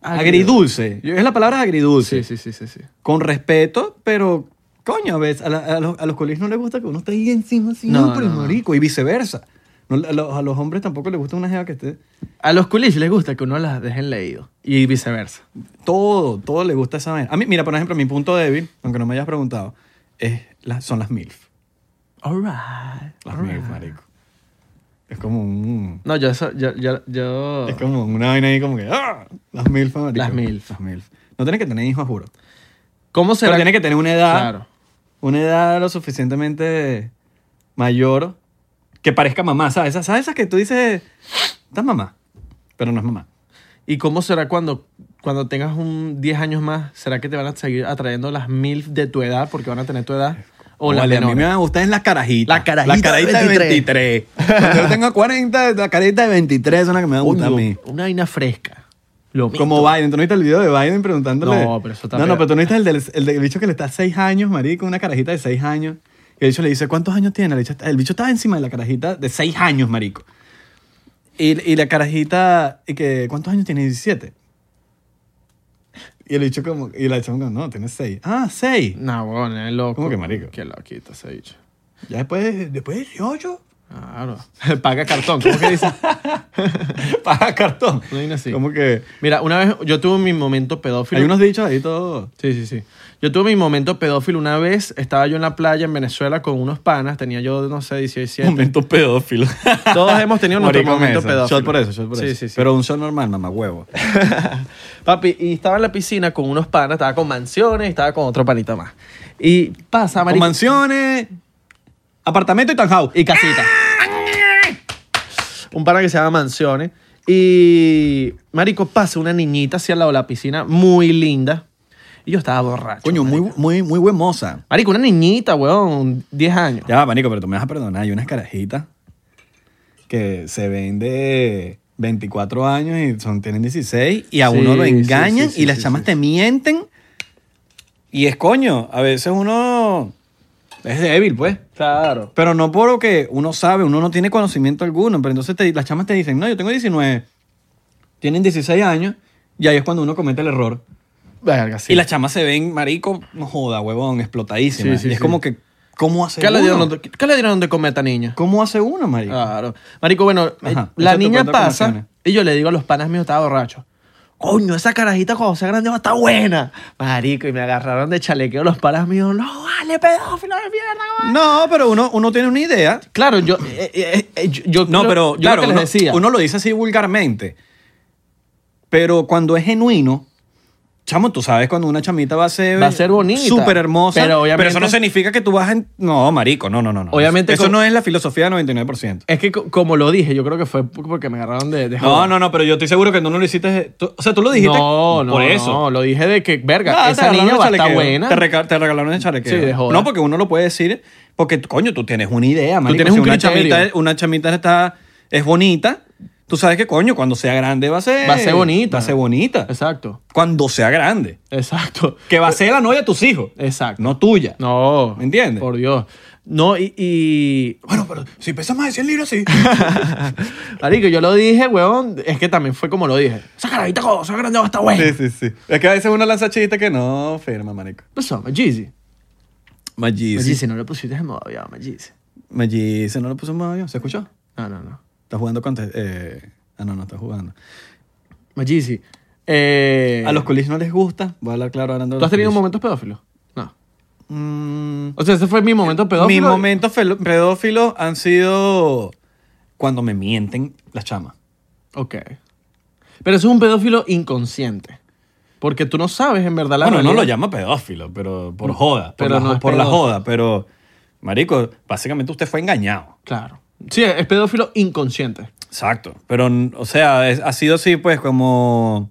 S2: Agridulce. Yo- Es la palabra agridulce.
S3: Sí, sí, sí, sí, sí.
S2: Con respeto, pero, coño, ¿ves? A, la- a los, a los colegios no les gusta que uno esté ahí encima siempre,
S3: no, no.
S2: marico. Y viceversa. No, a, los, a los hombres tampoco les gusta una jeva que esté...
S3: A los coolish les gusta que uno las dejen leído. Y viceversa.
S2: Todo, todo le gusta esa vaina. A mí, mira, por ejemplo, mi punto débil, aunque no me hayas preguntado, es la- son las MILF.
S3: Alright.
S2: Las
S3: Ah.
S2: MILF, marico. Es como un...
S3: No, yo eso, yo, yo, yo-
S2: Es como una vaina ahí como que... ¡ah! Las MILF, marico.
S3: Las MILF.
S2: Las MILF. No tienes que tener hijos, juro.
S3: ¿Cómo será?
S2: Pero tienes que tener una edad...
S3: Claro.
S2: Una edad lo suficientemente mayor que parezca mamá, ¿sabes? Esas- ¿Sabes esas que tú dices... Estás mamá, pero no es mamá.
S3: ¿Y cómo será cuando, cuando tengas un 10 años más? ¿Será que te van a seguir atrayendo las MILF de tu edad porque van a tener tu edad? O las
S2: Vale, a mí
S3: menores?
S2: me gustan es las carajitas.
S3: La carajita
S2: La carajita de
S3: de
S2: 23. Cuando yo tengo 40, la carajita de 23 es una que me gusta a
S3: Coño,
S2: mí.
S3: Una vaina fresca. Lo
S2: Como Biden, tú no viste el video de Biden preguntándole.
S3: No, pero eso está
S2: No, no, pero
S3: peor.
S2: tú no viste el del, el del bicho que le está a 6 años, marico, una carajita de 6 años. Y el bicho le dice, ¿cuántos años tiene? El bicho, el bicho estaba encima de la carajita de 6 años, marico. Y, y la carajita, y que, ¿cuántos años tiene? 17. Y el bicho como, y la chama como, no, tiene 6. Ah, 6.
S3: No, bueno, es loco.
S2: ¿Cómo que marico?
S3: Qué loquito ese bicho.
S2: Ya después, después de 18,
S3: Claro. (laughs) Paga cartón, ¿cómo que dice?
S2: (laughs) paga cartón.
S3: Una vaina así.
S2: Como que,
S3: Mira, una vez yo tuve mi momento pedófilo.
S2: hay unos dichos ahí todos.
S3: Sí, sí, sí. Yo tuve mi momento pedófilo una vez. Estaba yo en la playa en Venezuela con unos panas. Tenía yo, no sé, 17.
S2: Momentos pedófilos.
S3: (laughs) Todos hemos tenido nuestro
S2: Marico,
S3: momento
S2: mesa.
S3: pedófilo.
S2: Shot por eso, shot por
S3: Sí,
S2: eso.
S3: sí, Ah, sí.
S2: Pero un shot normal, mamá huevo.
S3: (laughs) Papi, y estaba en la piscina con unos panas. Estaba con mansiones y estaba con otro panita más. Y pasa,
S2: Con
S3: marico.
S2: mansiones, apartamento y townhouse.
S3: y casita. Un pana que se llama Mansiones. Y, marico, pasa una niñita hacia al lado de la piscina, muy linda. Y yo estaba borracho.
S2: Coño, muy, muy, muy buen moza.
S3: Marico, una niñita, weón, 10 años.
S2: Ya va, manico, pero tú me vas a perdonar. Hay unas carajitas que se ven de 24 años y son, tienen 16 y a
S3: Sí,
S2: uno lo
S3: sí,
S2: engañan
S3: sí, sí,
S2: y las
S3: sí,
S2: chamas
S3: sí.
S2: te mienten. Y es coño, a veces uno es débil, pues.
S3: Claro.
S2: Pero no por lo que uno sabe, uno no tiene conocimiento alguno. Pero entonces te- las chamas te dicen, no, yo tengo 19. Tienen 16 años y ahí es cuando uno comete el error.
S3: Verga, sí.
S2: Y las chamas se ven, marico, no joda, huevón, explotadísimas.
S3: Sí, sí,
S2: y es
S3: sí.
S2: como que, ¿cómo hace
S3: ¿Qué le,
S2: uno?
S3: dieron, Ah. de- ¿Qué le dieron de comer a esta niña?
S2: ¿Cómo hace uno, marico?
S3: Claro. Marico, bueno, eh,
S2: Ajá,
S3: la
S2: échate
S3: niña
S2: cuenta cómo
S3: pasa
S2: suena.
S3: y yo le digo a los panas míos, estaba borracho. Coño, esa carajita cuando sea grande va a estar buena. Marico, y me agarraron de chalequeo los panas míos. No, vale, pedófilo de mierda, weón.
S2: No, pero uno, uno tiene una idea.
S3: Claro, yo, eh, eh, eh, yo, yo
S2: No,
S3: creo-
S2: pero
S3: yo
S2: claro,
S3: lo que
S2: uno,
S3: les decía.
S2: uno lo dice así vulgarmente. Pero cuando es genuino, chamo, tú sabes cuando una chamita va a ser.
S3: Va a ser bonita,
S2: Súper hermosa.
S3: pero
S2: Pero,
S3: obviamente-
S2: eso no significa que tú vas en. No, marico, no, no, no. no.
S3: Obviamente
S2: Eso
S3: con-
S2: no es la filosofía del 99%.
S3: Es que co- como lo dije, yo creo que fue porque me agarraron de... de
S2: No,
S3: joda.
S2: no, no, pero yo estoy seguro que tú no lo hiciste. tú- o sea, tú lo dijiste.
S3: No, no,
S2: por
S3: no,
S2: eso.
S3: lo dije de que, verga,
S2: Ah, te
S3: esa
S2: regalaron
S3: niña
S2: el
S3: va a estar
S2: chalequeo.
S3: buena.
S2: Te, reca- te regalaron el chalequeo.
S3: Sí, de joda.
S2: No, porque uno lo puede decir. Porque, coño, tú tienes una idea, marico.
S3: tienes
S2: Si
S3: un
S2: una
S3: criterio.
S2: chamita, una chamita está, es bonita. Tú sabes que, coño, cuando sea grande va a ser.
S3: Va a ser
S2: Va
S3: bonita.
S2: a ser bonita.
S3: Exacto,
S2: Cuando sea grande.
S3: exacto, (laughs)
S2: Que va a ser la novia de tus hijos.
S3: exacto.
S2: No tuya.
S3: No.
S2: ¿Me entiendes?
S3: Por Dios. No, y... y...
S2: Bueno, pero si pesa más de 100 libras, sí.
S3: Marico, yo lo dije, weón, es que también fue como lo dije. Esa carabita como esa grande va a estar
S2: (laughs)
S3: buena.
S2: sí, sí, sí. Es que a veces uno lanza chistes que no firma, marico.
S3: Pasó, Majizzi.
S2: Magis.
S3: Majizzi, no lo pusiste en modo avión, Majizzi.
S2: Magis. No lo puso más avión. ¿Se escuchó?
S3: No, no, no.
S2: Estás jugando con... Eh... Ah, no, no estás jugando.
S3: Majizzi. Eh,
S2: A los culis no les gusta. Voy a hablar claro hablando de
S3: ¿Tú has
S2: los
S3: tenido
S2: culis.
S3: momentos pedófilos? No.
S2: Mm,
S3: O sea, ese fue mi momento pedófilo.
S2: Mis momentos fel- pedófilos han sido cuando me mienten las chamas.
S3: Ok. Pero eso es un pedófilo inconsciente. Porque tú no sabes en verdad la
S2: bueno, no
S3: realidad. Mm,
S2: lo llama pedófilo, pero por joda. Por,
S3: Pero
S2: la,
S3: no es
S2: por la
S3: pedófilo.
S2: joda. Pero, marico, básicamente usted fue engañado.
S3: Claro. Sí, es pedófilo inconsciente.
S2: Exacto. Pero, o sea, es- ha sido así, pues, como.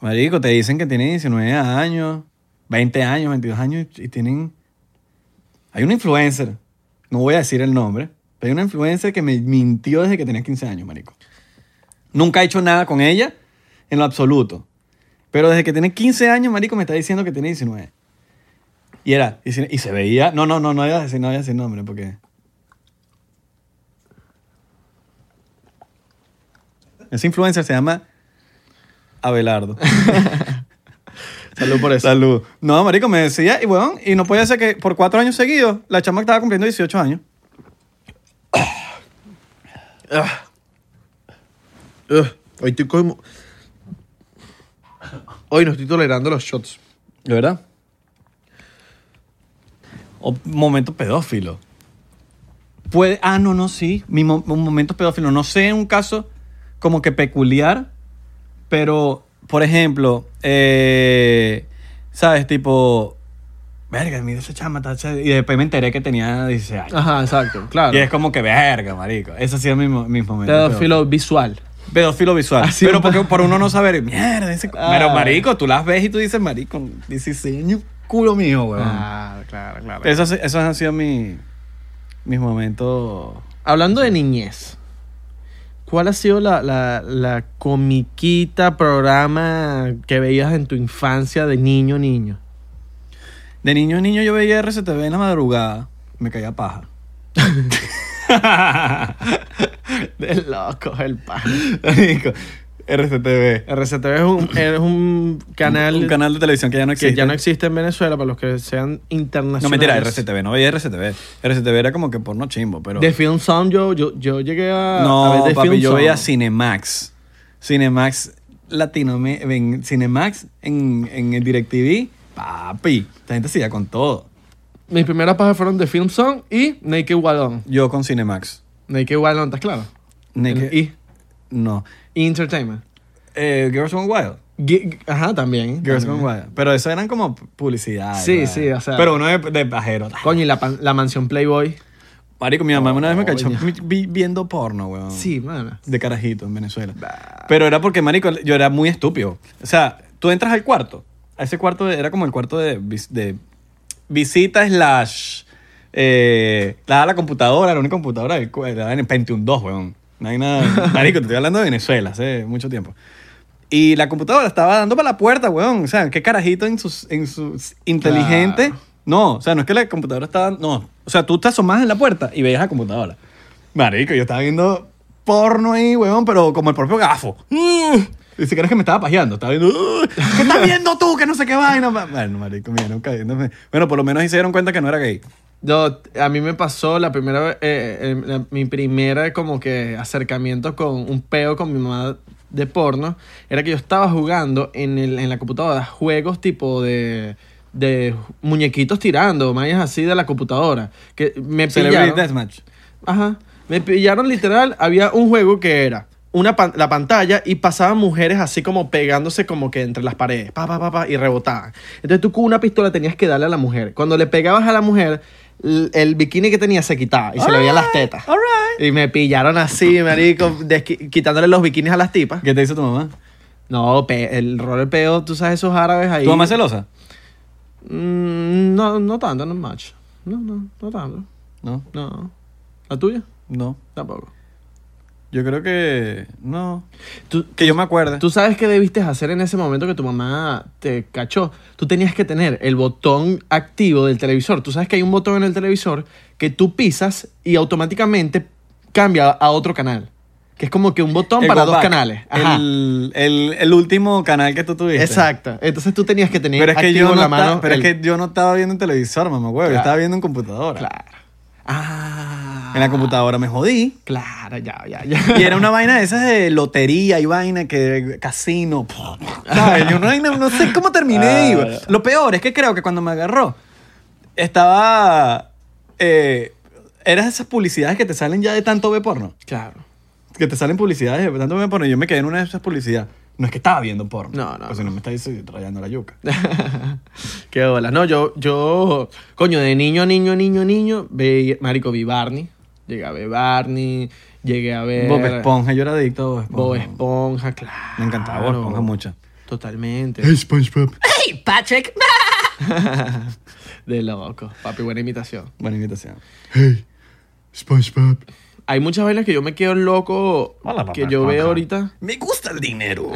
S2: Marico, te dicen que tienen 19 años, 20 años, 22 años y y tienen. Hay una influencer, no voy a decir el nombre, pero hay una influencer que me mintió desde que tenía 15 años, marico. Nunca he hecho nada con ella, en lo absoluto. Pero desde que tiene 15 años, marico, me está diciendo que tiene 19. Y era, y se- y se veía. No, no, no, no iba a decir, no iba a decir nombre, porque. Ese influencer se llama Abelardo.
S3: (laughs) Salud por eso.
S2: Salud. No, marico, me decía, y weón, y no podía ser que por cuatro años seguidos la chama estaba cumpliendo 18 años.
S3: Ugh, Ah. hoy estoy como... Hoy no estoy tolerando los shots.
S2: ¿De verdad? O momento pedófilo. Puede, ah, no, no, sí. Mi mo- un momento pedófilo. No sé, un caso como que peculiar, pero, por ejemplo, eh, ¿sabes? Tipo, verga, mira esa chama, está chévere. y después me enteré que tenía 16 años.
S3: Ajá, exacto, Ah, claro.
S2: Y es como que verga, marico. Ese ha sido mi, mo- mis momentos.
S3: Pedófilo visual.
S2: Pedófilo visual.
S3: Así
S2: pero
S3: un-
S2: porque por uno no saber, mierda, ese cu-
S3: Ah.
S2: Pero marico, tú las ves y tú dices, marico, 16 años, culo mío, weón.
S3: Ah, claro, claro.
S2: Esos, esos han sido mi- mis momentos.
S3: Hablando de niñez, ¿cuál ha sido la, la- la comiquita programa que veías en tu infancia de
S2: (laughs)
S3: niño, niño?
S2: De niño a niño yo veía RCTV en la madrugada, me caía paja.
S3: (laughs) De loco, el pan.
S2: Marico, RCTV.
S3: RCTV es un, es un canal,
S2: Un canal de televisión que ya no existe.
S3: que ya no existe en Venezuela para los que sean internacionales.
S2: No, mentira, RCTV, no veía RCTV. RCTV era como que porno chimbo, pero...
S3: De Film Sound yo, yo, yo llegué a, a
S2: No,
S3: ver The
S2: papi,
S3: Film
S2: yo
S3: Sound.
S2: veía Cinemax. Cinemax Latino, me- en Cinemax en, en el DirecTV. Papi, esta gente se iba con todo.
S3: Mis primeras pajas fueron The Film Sound y Naked Wallon.
S2: Yo con Cinemax.
S3: Naked Wallon, ¿estás claro?
S2: Naked-
S3: Y
S2: No.
S3: y Entertainment.
S2: Eh, Girls Gone Wild.
S3: Gi- gi- Ajá, también.
S2: Girls
S3: también.
S2: Gone Wild. Pero eso eran como publicidad.
S3: Sí,
S2: ¿verdad?
S3: sí, o sea-
S2: Pero uno de, de pajero.
S3: Coño, y la, pan- la mansión Playboy.
S2: Marico, mi mamá una vez me cachó
S3: Coño.
S2: mi- vi- viendo porno, weón.
S3: Sí, mano.
S2: De carajito en Venezuela. Pero era porque, marico, yo era muy estúpido. O sea, tú entras al cuarto. A ese cuarto de- era como el cuarto de, vis- de visita slash... Eh, la, la computadora, la única computadora del cu- era en el Pentium 2, weón. No hay nada... Marico, te estoy hablando de Venezuela hace mucho tiempo. Y la computadora estaba dando para la puerta, weón. O sea, qué carajito en sus, en sus inteligente.
S3: Claro.
S2: No, o sea, no es que la computadora estaba. No. O sea, tú te asomabas en la puerta y veías la computadora. Marico, yo estaba viendo porno ahí, weón, pero como el propio gafo.
S3: Mm.
S2: Y si crees que me estaba pajeando, estaba viendo. "Ugh, ¿Qué
S3: (laughs)
S2: estás viendo tú? Que no sé qué vaina. ma-". Bueno, marico, mira, nunca. no me- Bueno, por lo menos ahí se dieron cuenta que no era gay.
S3: Yo, a mí me pasó la primera vez, eh, eh, la- mi primera como que acercamiento con un peo con mi mamá de porno, era que yo estaba jugando en, el- en la computadora juegos tipo de, de muñequitos tirando, mañas así de la computadora. Que me
S2: Celebrity
S3: pillaron,
S2: Deathmatch.
S3: Ajá. Me pillaron literal, había un juego que era una pan- la pantalla y pasaban mujeres así como pegándose como que entre las paredes, pa, pa, pa, pa, y rebotaban. Entonces tú con una pistola tenías que darle a la mujer. Cuando le pegabas a la mujer, l- el bikini que tenía se quitaba y se le veían las tetas. Y me pillaron así, marico, desqui- quitándole los bikinis a las tipas.
S2: ¿Qué te dice tu mamá?
S3: No, pe- el rol del peo, tú sabes esos árabes ahí.
S2: ¿Tu mamá es celosa?
S3: Mm, no, no tanto, no much. No, no, no tanto.
S2: No,
S3: No. ¿La tuya?
S2: no.
S3: Tampoco.
S2: Yo creo que. No.
S3: Tú,
S2: Que yo me acuerde.
S3: tú sabes qué debiste hacer en ese momento que tu mamá te cachó. Tú tenías que tener el botón activo del televisor. Tú sabes que hay un botón en el televisor que tú pisas y automáticamente cambia a otro canal. Que es como que un botón
S2: El
S3: para
S2: go
S3: dos
S2: back.
S3: canales. Ajá.
S2: El, el- el último canal que tú tuviste.
S3: Exacto. Entonces tú tenías que tener
S2: Pero es que,
S3: activo
S2: yo
S3: en
S2: no,
S3: la mano.
S2: esta- pero
S3: el-
S2: es que yo no estaba viendo en televisor, mamá, güey. Yo
S3: Claro.
S2: estaba viendo en computadora.
S3: Claro. Ah.
S2: En la computadora me jodí.
S3: Claro, ya, ya, ya.
S2: Y era una vaina de esas de lotería y vaina que casino. ¿Sabes? Yo una vaina- no sé cómo terminé.
S3: Ah,
S2: iba.
S3: ya.
S2: Lo peor es que creo que cuando me agarró, estaba. Eh, eras esas publicidades que te salen ya de tanto ver porno.
S3: Claro.
S2: Que te salen publicidades de tanto ver porno. Yo me quedé en una de esas publicidades. No es que estaba viendo porno.
S3: No, no,
S2: O sea, no me está dice- rayando la yuca.
S3: Qué hola. No, yo, yo, coño, de niño, niño, niño, niño, ve, marico, vi Barney. Llegué a ver Barney, llegué a ver...
S2: Bob Esponja, yo era adicto a Eh, Bob Esponja.
S3: Bob Esponja, claro.
S2: Me encantaba Bob Esponja mucho.
S3: Totalmente.
S2: SpongeBob.
S5: Hey, Patrick!
S3: De loco. Papi, buena imitación.
S2: Buena invitación.
S3: Hay muchas bailas que yo me quedo loco
S2: Hola,
S3: que
S2: papá,
S3: yo veo
S2: papá.
S3: ahorita.
S2: Me gusta el dinero.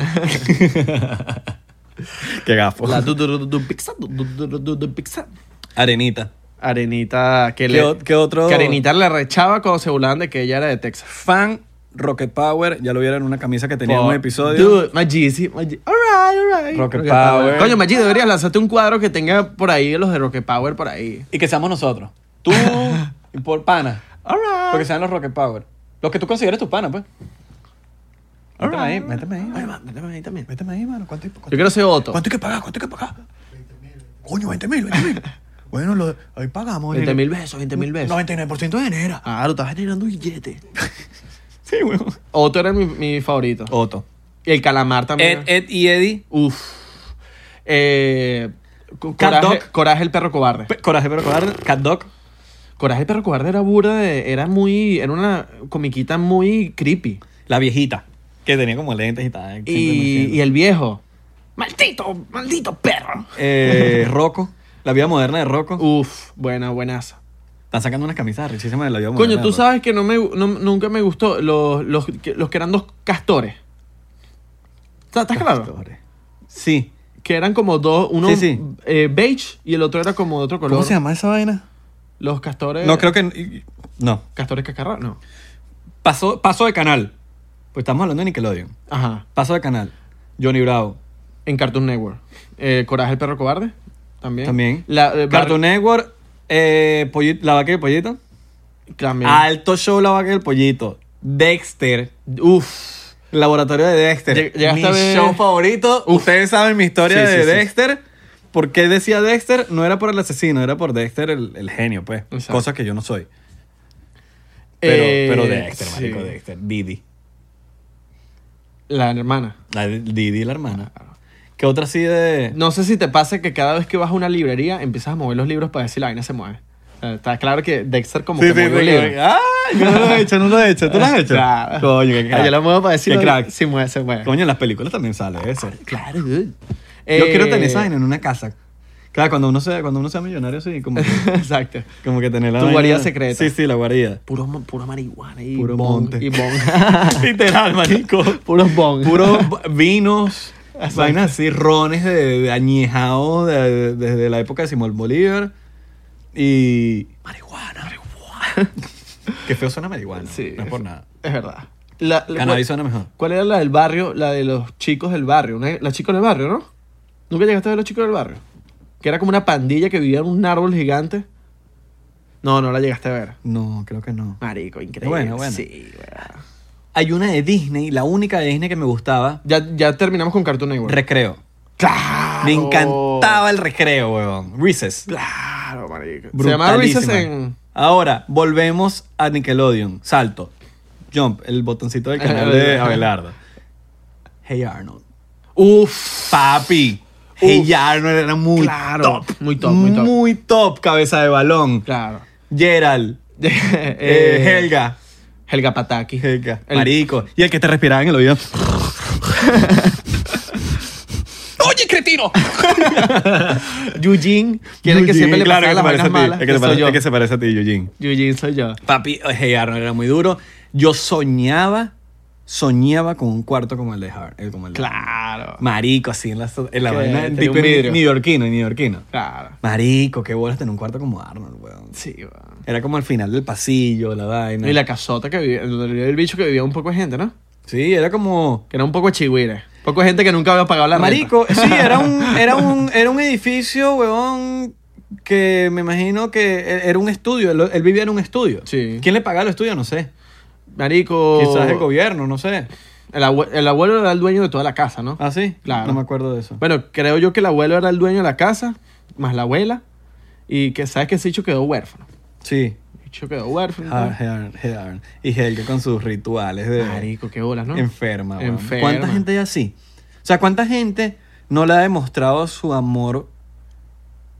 S2: (laughs) Qué gafo.
S3: La du- du- du- du- pizza, du- du- du- du- du- pizza.
S2: Arenita.
S3: Arenita, que
S2: ¿Qué,
S3: le...
S2: o- qué otro?
S3: Que Arenita la rechaba cuando se burlaban de que ella era de Texas.
S2: Fan Rocket Power. Ya lo vieron en una camisa que tenía en un
S3: Fuck.
S2: episodio.
S3: Dude, Majisi. Maji- All right, all right.
S2: Rocket Power.
S3: Coño, Maggi, deberías lanzarte un cuadro que tenga por ahí los de Rocket Power por ahí.
S2: Y que seamos nosotros. Tú y por pana.
S3: All right.
S2: Porque sean los Rocket Power. Los que tú consideres tus panas, pues. Méteme ahí, méteme ahí.
S3: Ay,
S2: mano.
S3: va, méteme ahí también.
S2: Méteme ahí, mano. ¿Cuánto hay, cuánto-
S3: Yo quiero ser Otto.
S2: ¿Cuánto hay que pagar? ¿Cuánto hay que pagar? Coño, 20 mil, 20
S3: (laughs)
S2: mil. bueno, lo, hoy pagamos.
S3: 20 mil besos, 20 mil besos.
S2: 99% de enero.
S3: Claro, estás generando billetes.
S2: Sí, weón.
S3: Otto era mi, mi favorito.
S2: Otto.
S3: Y el calamar también.
S2: Ed, Ed y Eddie.
S3: Uf. Eh, co-
S2: Cat
S3: coraje,
S2: Dog.
S3: coraje el perro cobarde.
S2: Pe- Coraje, pero cobarde. Cat Dog.
S3: Coraje el perro cobarde era burda de- Era muy... Era una comiquita muy creepy.
S2: La viejita. Que tenía como lentes y tal.
S3: Y, y el viejo.
S5: Maldito, maldito perro.
S3: (laughs)
S2: Eh, Rocco. La vida moderna de Rocco.
S3: Uf, buena, buenaza.
S2: Están sacando unas camisas richísimas de la vida moderna.
S3: Coño,
S2: de
S3: tú
S2: Rocco.
S3: sabes que no me, no- nunca me gustó los, los, que, los que eran dos castores. ¿Estás estás claro?
S2: Pastores. Sí.
S3: Que eran como dos, uno
S2: Sí, sí.
S3: eh, beige y el otro era como de otro color. Eh.
S2: ¿Cómo se llama esa vaina?
S3: Los castores.
S2: No, creo que. No.
S3: Castores cascarra, no.
S2: Paso, paso de canal. Pues estamos hablando de Nickelodeon.
S3: Ajá.
S2: Paso de canal. Johnny Bravo.
S3: En Cartoon Network. Eh, Coraje el perro cobarde. También.
S2: También.
S3: La, eh,
S2: Cartoon
S3: Bar-
S2: Network. eh, Polli- la vaca y el pollito.
S3: También.
S2: Alto show La vaca y el pollito. Dexter.
S3: Uf.
S2: El laboratorio de Dexter.
S3: Lleg- llegaste
S2: mi
S3: a ver-
S2: show favorito.
S3: Uf.
S2: Ustedes saben mi historia
S3: Sí, sí,
S2: de
S3: sí.
S2: Dexter. ¿Por qué decía Dexter? No era por el asesino, era por Dexter el, el genio, pues.
S3: Exacto.
S2: Cosa que yo no soy. Pero,
S3: Eh,
S2: pero Dexter,
S3: sí.
S2: marico, Dexter. Didi.
S3: La hermana.
S2: La de- Didi, la hermana. ¿Qué otra así de...?
S3: No sé si te pasa que cada vez que vas a una librería empiezas a mover los libros para ver si la vaina se mueve. O sea, Está claro que Dexter como
S2: Sí,
S3: que
S2: sí,
S3: mueve
S2: sí,
S3: un
S2: que-
S3: libro.
S2: ¡Ah! Yo no lo he hecho, no lo he hecho. ¿Tú lo (laughs) has hecho?
S3: Ah, Claro.
S2: Coño, qué
S3: Ah,
S2: crack.
S3: Yo lo muevo para decir
S2: Qué crack.
S3: si mueve, se mueve.
S2: Coño, en las películas también sale eso.
S3: Claro, dude. Eh,
S2: Yo quiero tener esa vaina en una casa. Claro, cuando uno sea, cuando uno sea millonario, sí, como que,
S3: (laughs) (laughs) Exacto.
S2: como que tener la
S3: Tu
S2: vaina-
S3: guarida secreta.
S2: Sí, sí, la
S3: (laughs)
S2: guarida.
S3: Puro, mo- puro marihuana y
S2: Puro
S3: bong,
S2: monte.
S3: Y bong. (laughs)
S2: (laughs) Literal, marico.
S3: Puros bong.
S2: Puros vinos, vainas así, rones de, de añejado de- de- desde la época de Simón Bolívar. Y. Marihuana, marihuana. Qué feo suena marihuana.
S3: Sí.
S2: No es por nada.
S3: Es verdad. La- la-
S2: Cannabis suena mejor.
S3: ¿Cuál era la del barrio? La de los chicos del barrio. Una- La chicos del barrio, ¿no? ¿Nunca llegaste a ver los chicos del barrio? Que era como una pandilla que vivía en un árbol gigante. No, no la llegaste a ver.
S2: No, creo que no.
S3: Marico, increíble.
S2: Bueno, bueno.
S3: Sí, weá.
S2: Hay una de Disney, la única de Disney que me gustaba,
S3: ya, ya terminamos con Cartoon Network.
S2: Recreo.
S3: claro.
S2: Me encantaba el recreo, weón. Reeses.
S3: Claro, marico. Se
S2: Brutalísima.
S3: llamaba Reese's en.
S2: Ahora, volvemos a Nickelodeon. Salto. Jump, el botoncito (laughs) del canal de Abelardo. Hey Arnold.
S3: Uf.
S2: Papi. Hey Arnold era muy
S3: claro.
S2: top.
S3: Muy top, muy top.
S2: Muy top, cabeza de balón.
S3: Claro. (laughs)
S2: Gerald. eh,
S3: Eh,
S2: Helga.
S3: Helga Pataki.
S2: Helga.
S3: El-
S2: Marico. Y el que te respiraba en el oído.
S5: ¡Oye, cretino!
S3: Yujin, que era el que
S2: Eugene,
S3: siempre le
S2: claro,
S3: pasaba
S2: que se parece
S3: las vainas
S2: a
S3: malas.
S2: ti. El que, te
S3: soy
S2: parece-
S3: yo.
S2: el que se parece a ti, Eugene.
S3: Yujin soy yo.
S2: Papi, eh, hey Arnold era muy duro. Yo soñaba, soñaba con un cuarto como el de Hard. eh, como el de-
S3: Claro.
S2: Marico, así en la, so- en la
S3: Que
S2: vaina.
S3: tenía
S2: Tipo
S3: un vidrio.
S2: neoyorquino, neoyorquino.
S3: Claro.
S2: Marico, qué bolas tener un cuarto como Arnold, weón.
S3: Sí, weón.
S2: Era como al final del pasillo, la vaina.
S3: Y la casota que vivía, donde vivía el bicho que vivía un poco de gente, ¿no?
S2: Sí, era como...
S3: Que era un poco chihuire. Poco de gente que nunca había pagado la renta.
S2: Marico, sí, era un, era, un, era un edificio, weón, que me imagino que e- era un estudio. Él, él vivía en un estudio.
S3: Sí. Oh.
S2: ¿Quién le pagaba el estudio? No sé.
S3: Marico.
S2: Quizás el gobierno, no sé.
S3: El, abue- el abuelo era el dueño de toda la casa, ¿no?
S2: ¿Ah, sí?
S3: Claro.
S2: No me acuerdo de eso.
S3: Bueno, creo yo que el abuelo era el dueño de la casa, más la abuela. Y que sabes que ese bicho quedó huérfano.
S2: Sí.
S3: El bicho quedó huérfano.
S2: Hard, hard, hard. Y Helga con sus rituales de
S3: Marico, qué bolas, ¿no?
S2: enferma, weón.
S3: Enferma.
S2: ¿Cuánta gente es así? O sea, ¿cuánta gente no le ha demostrado su amor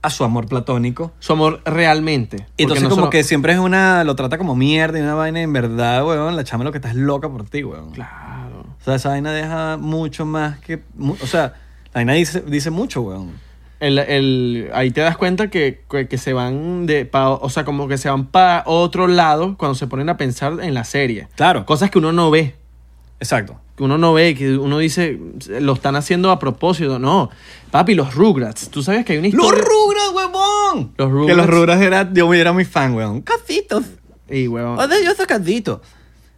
S2: a su amor platónico?
S3: Su amor realmente.
S2: Y entonces
S3: Porque
S2: como
S3: nosotros-
S2: que siempre es una... Lo trata como mierda y una vaina. y En verdad, weón, la chama lo que estás loca por ti, weón.
S3: Claro.
S2: O sea, esa vaina deja mucho más que... mu- o sea, la vaina dice, dice mucho, weón.
S3: El, el- ahí te das cuenta que, que, que se van de pa- o sea, como que se van para otro lado cuando se ponen a pensar en la serie.
S2: Claro.
S3: Cosas que uno no ve,
S2: Exacto.
S3: que uno no ve, que uno dice, lo están haciendo a propósito. No, papi, los Rugrats, tú sabes que hay una
S2: ¡Los
S3: historia...
S2: Rugrats, huevón!
S3: Los Rugrats.
S2: Que los Rugrats era... Yo era muy fan, weón. Casitos.
S3: Y, huevón,
S2: O de yo soy Carlito.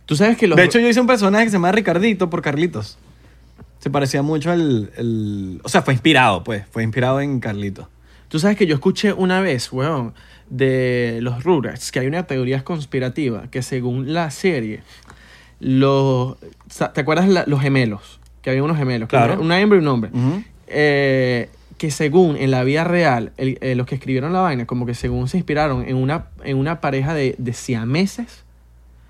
S3: tú sabes que los...
S2: De hecho, yo hice un personaje que se llama Ricardito por Carlitos. Se parecía mucho al... al- o sea, fue inspirado, pues. Fue inspirado en Carlitos.
S3: Tú sabes que yo escuché una vez, weón, de los Rugrats, que hay una teoría conspirativa que según la serie, los... sa- ¿Te acuerdas la- los gemelos? Que había unos gemelos. que
S2: Claro. Mm.
S3: era Una hembra y un hombre.
S2: Ujú.
S3: Eh, que según en la vida real, el- eh, los que escribieron la vaina, como que según se inspiraron en una, en una pareja de, de siameses,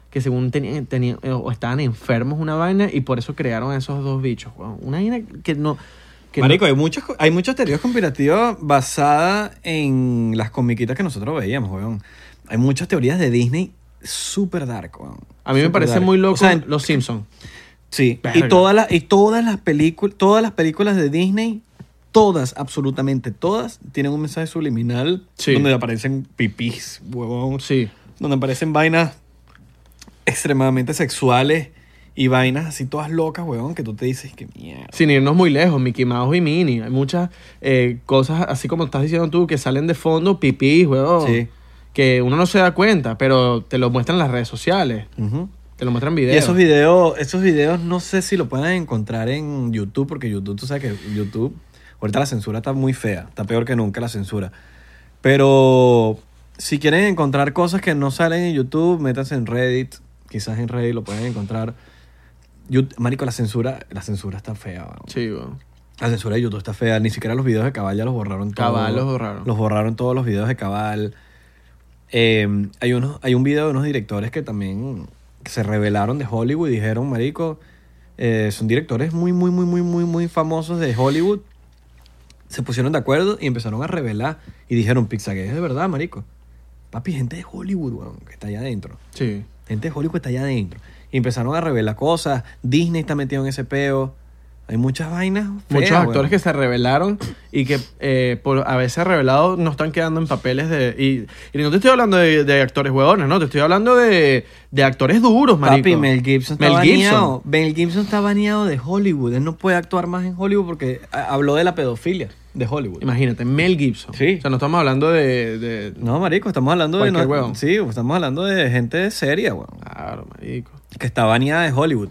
S3: que según tenían, tenían- eh, o estaban enfermos una vaina, y por eso crearon a esos dos bichos. weón. Una vaina que no... Que no-
S2: Marico, hay muchas, co- hay muchas teorías conspirativas basadas en las comiquitas que nosotros veíamos, weón. Hay muchas teorías de Disney super dark, weón.
S3: a mí me
S2: Super
S3: parece
S2: dark.
S3: muy loco
S2: O sea, en-
S3: los Simpsons.
S2: sí.
S3: Verga.
S2: Y todas las, y todas las películas, todas las películas de Disney, todas, absolutamente todas, tienen un mensaje subliminal
S3: Sí.
S2: donde aparecen pipís, huevón.
S3: Sí.
S2: Donde aparecen vainas extremadamente sexuales y vainas así todas locas, weón, que tú te dices que mierda.
S3: Sin irnos muy lejos, Mickey Mouse y Minnie. Hay muchas eh, cosas, así como estás diciendo tú, que salen de fondo, pipí, huevón.
S2: Sí.
S3: Que uno no se da cuenta, pero te lo muestran en las redes sociales.
S2: Ujú.
S3: Te lo muestran en
S2: Y
S3: videos.
S2: esos videos, esos videos no sé si lo pueden encontrar en YouTube, porque YouTube, tú sabes que YouTube, ahorita la censura está muy fea, está peor que nunca la censura. Pero si quieren encontrar cosas que no salen en YouTube, métanse en Reddit, quizás en Reddit lo pueden encontrar. Yo- Marico, la censura, la censura está fea. weón.
S3: Sí, huevón.
S2: La censura de YouTube está fea, ni siquiera los videos de Cabal ya los borraron todos.
S3: Cabal los borraron.
S2: Los borraron todos los videos de Cabal. Eh, hay, unos, hay un video de unos directores que también se revelaron de Hollywood y dijeron, marico, eh, son directores muy, muy, muy, muy, muy, muy famosos de Hollywood. Se pusieron de acuerdo y empezaron a revelar. Y dijeron, Pizzagate es de verdad, marico. Papi, gente de Hollywood, weón, que está allá adentro.
S3: Sí.
S2: Gente de Hollywood está allá adentro. Y empezaron a revelar cosas. Disney está metido en ese peo. Hay muchas vainas.
S3: Muchos
S2: feas,
S3: actores
S2: weón.
S3: que se revelaron y que eh, por a veces revelados no están quedando en papeles de... Y, y no te estoy hablando de, de actores huevones, no. Te estoy hablando de, de actores duros, marico.
S2: Papi, Mel Gibson está
S3: Mel Gibson.
S2: baneado. Mel Gibson está baneado de Hollywood. Él no puede actuar más en Hollywood porque ah, habló de la pedofilia de Hollywood.
S3: Imagínate, Mel Gibson.
S2: Sí.
S3: O sea, no estamos hablando de- de
S2: No, marico, estamos hablando de...
S3: Cualquier
S2: no-
S3: huevón.
S2: sí, estamos hablando de gente seria, weón.
S3: Claro, marico.
S2: Que está baneada de Hollywood.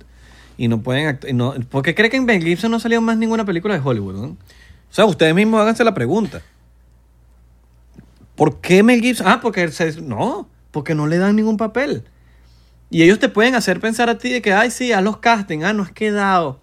S2: Y no pueden actuar... No, ¿Por qué cree que en Mel Gibson no salió más ninguna película de Hollywood? weón? O sea, ustedes mismos háganse la pregunta. ¿Por qué Mel Gibson? Ah, porque... se- no, porque no le dan ningún papel. Y ellos te pueden hacer pensar a ti de que, ay, sí, haz los castings. Ah, no has quedado.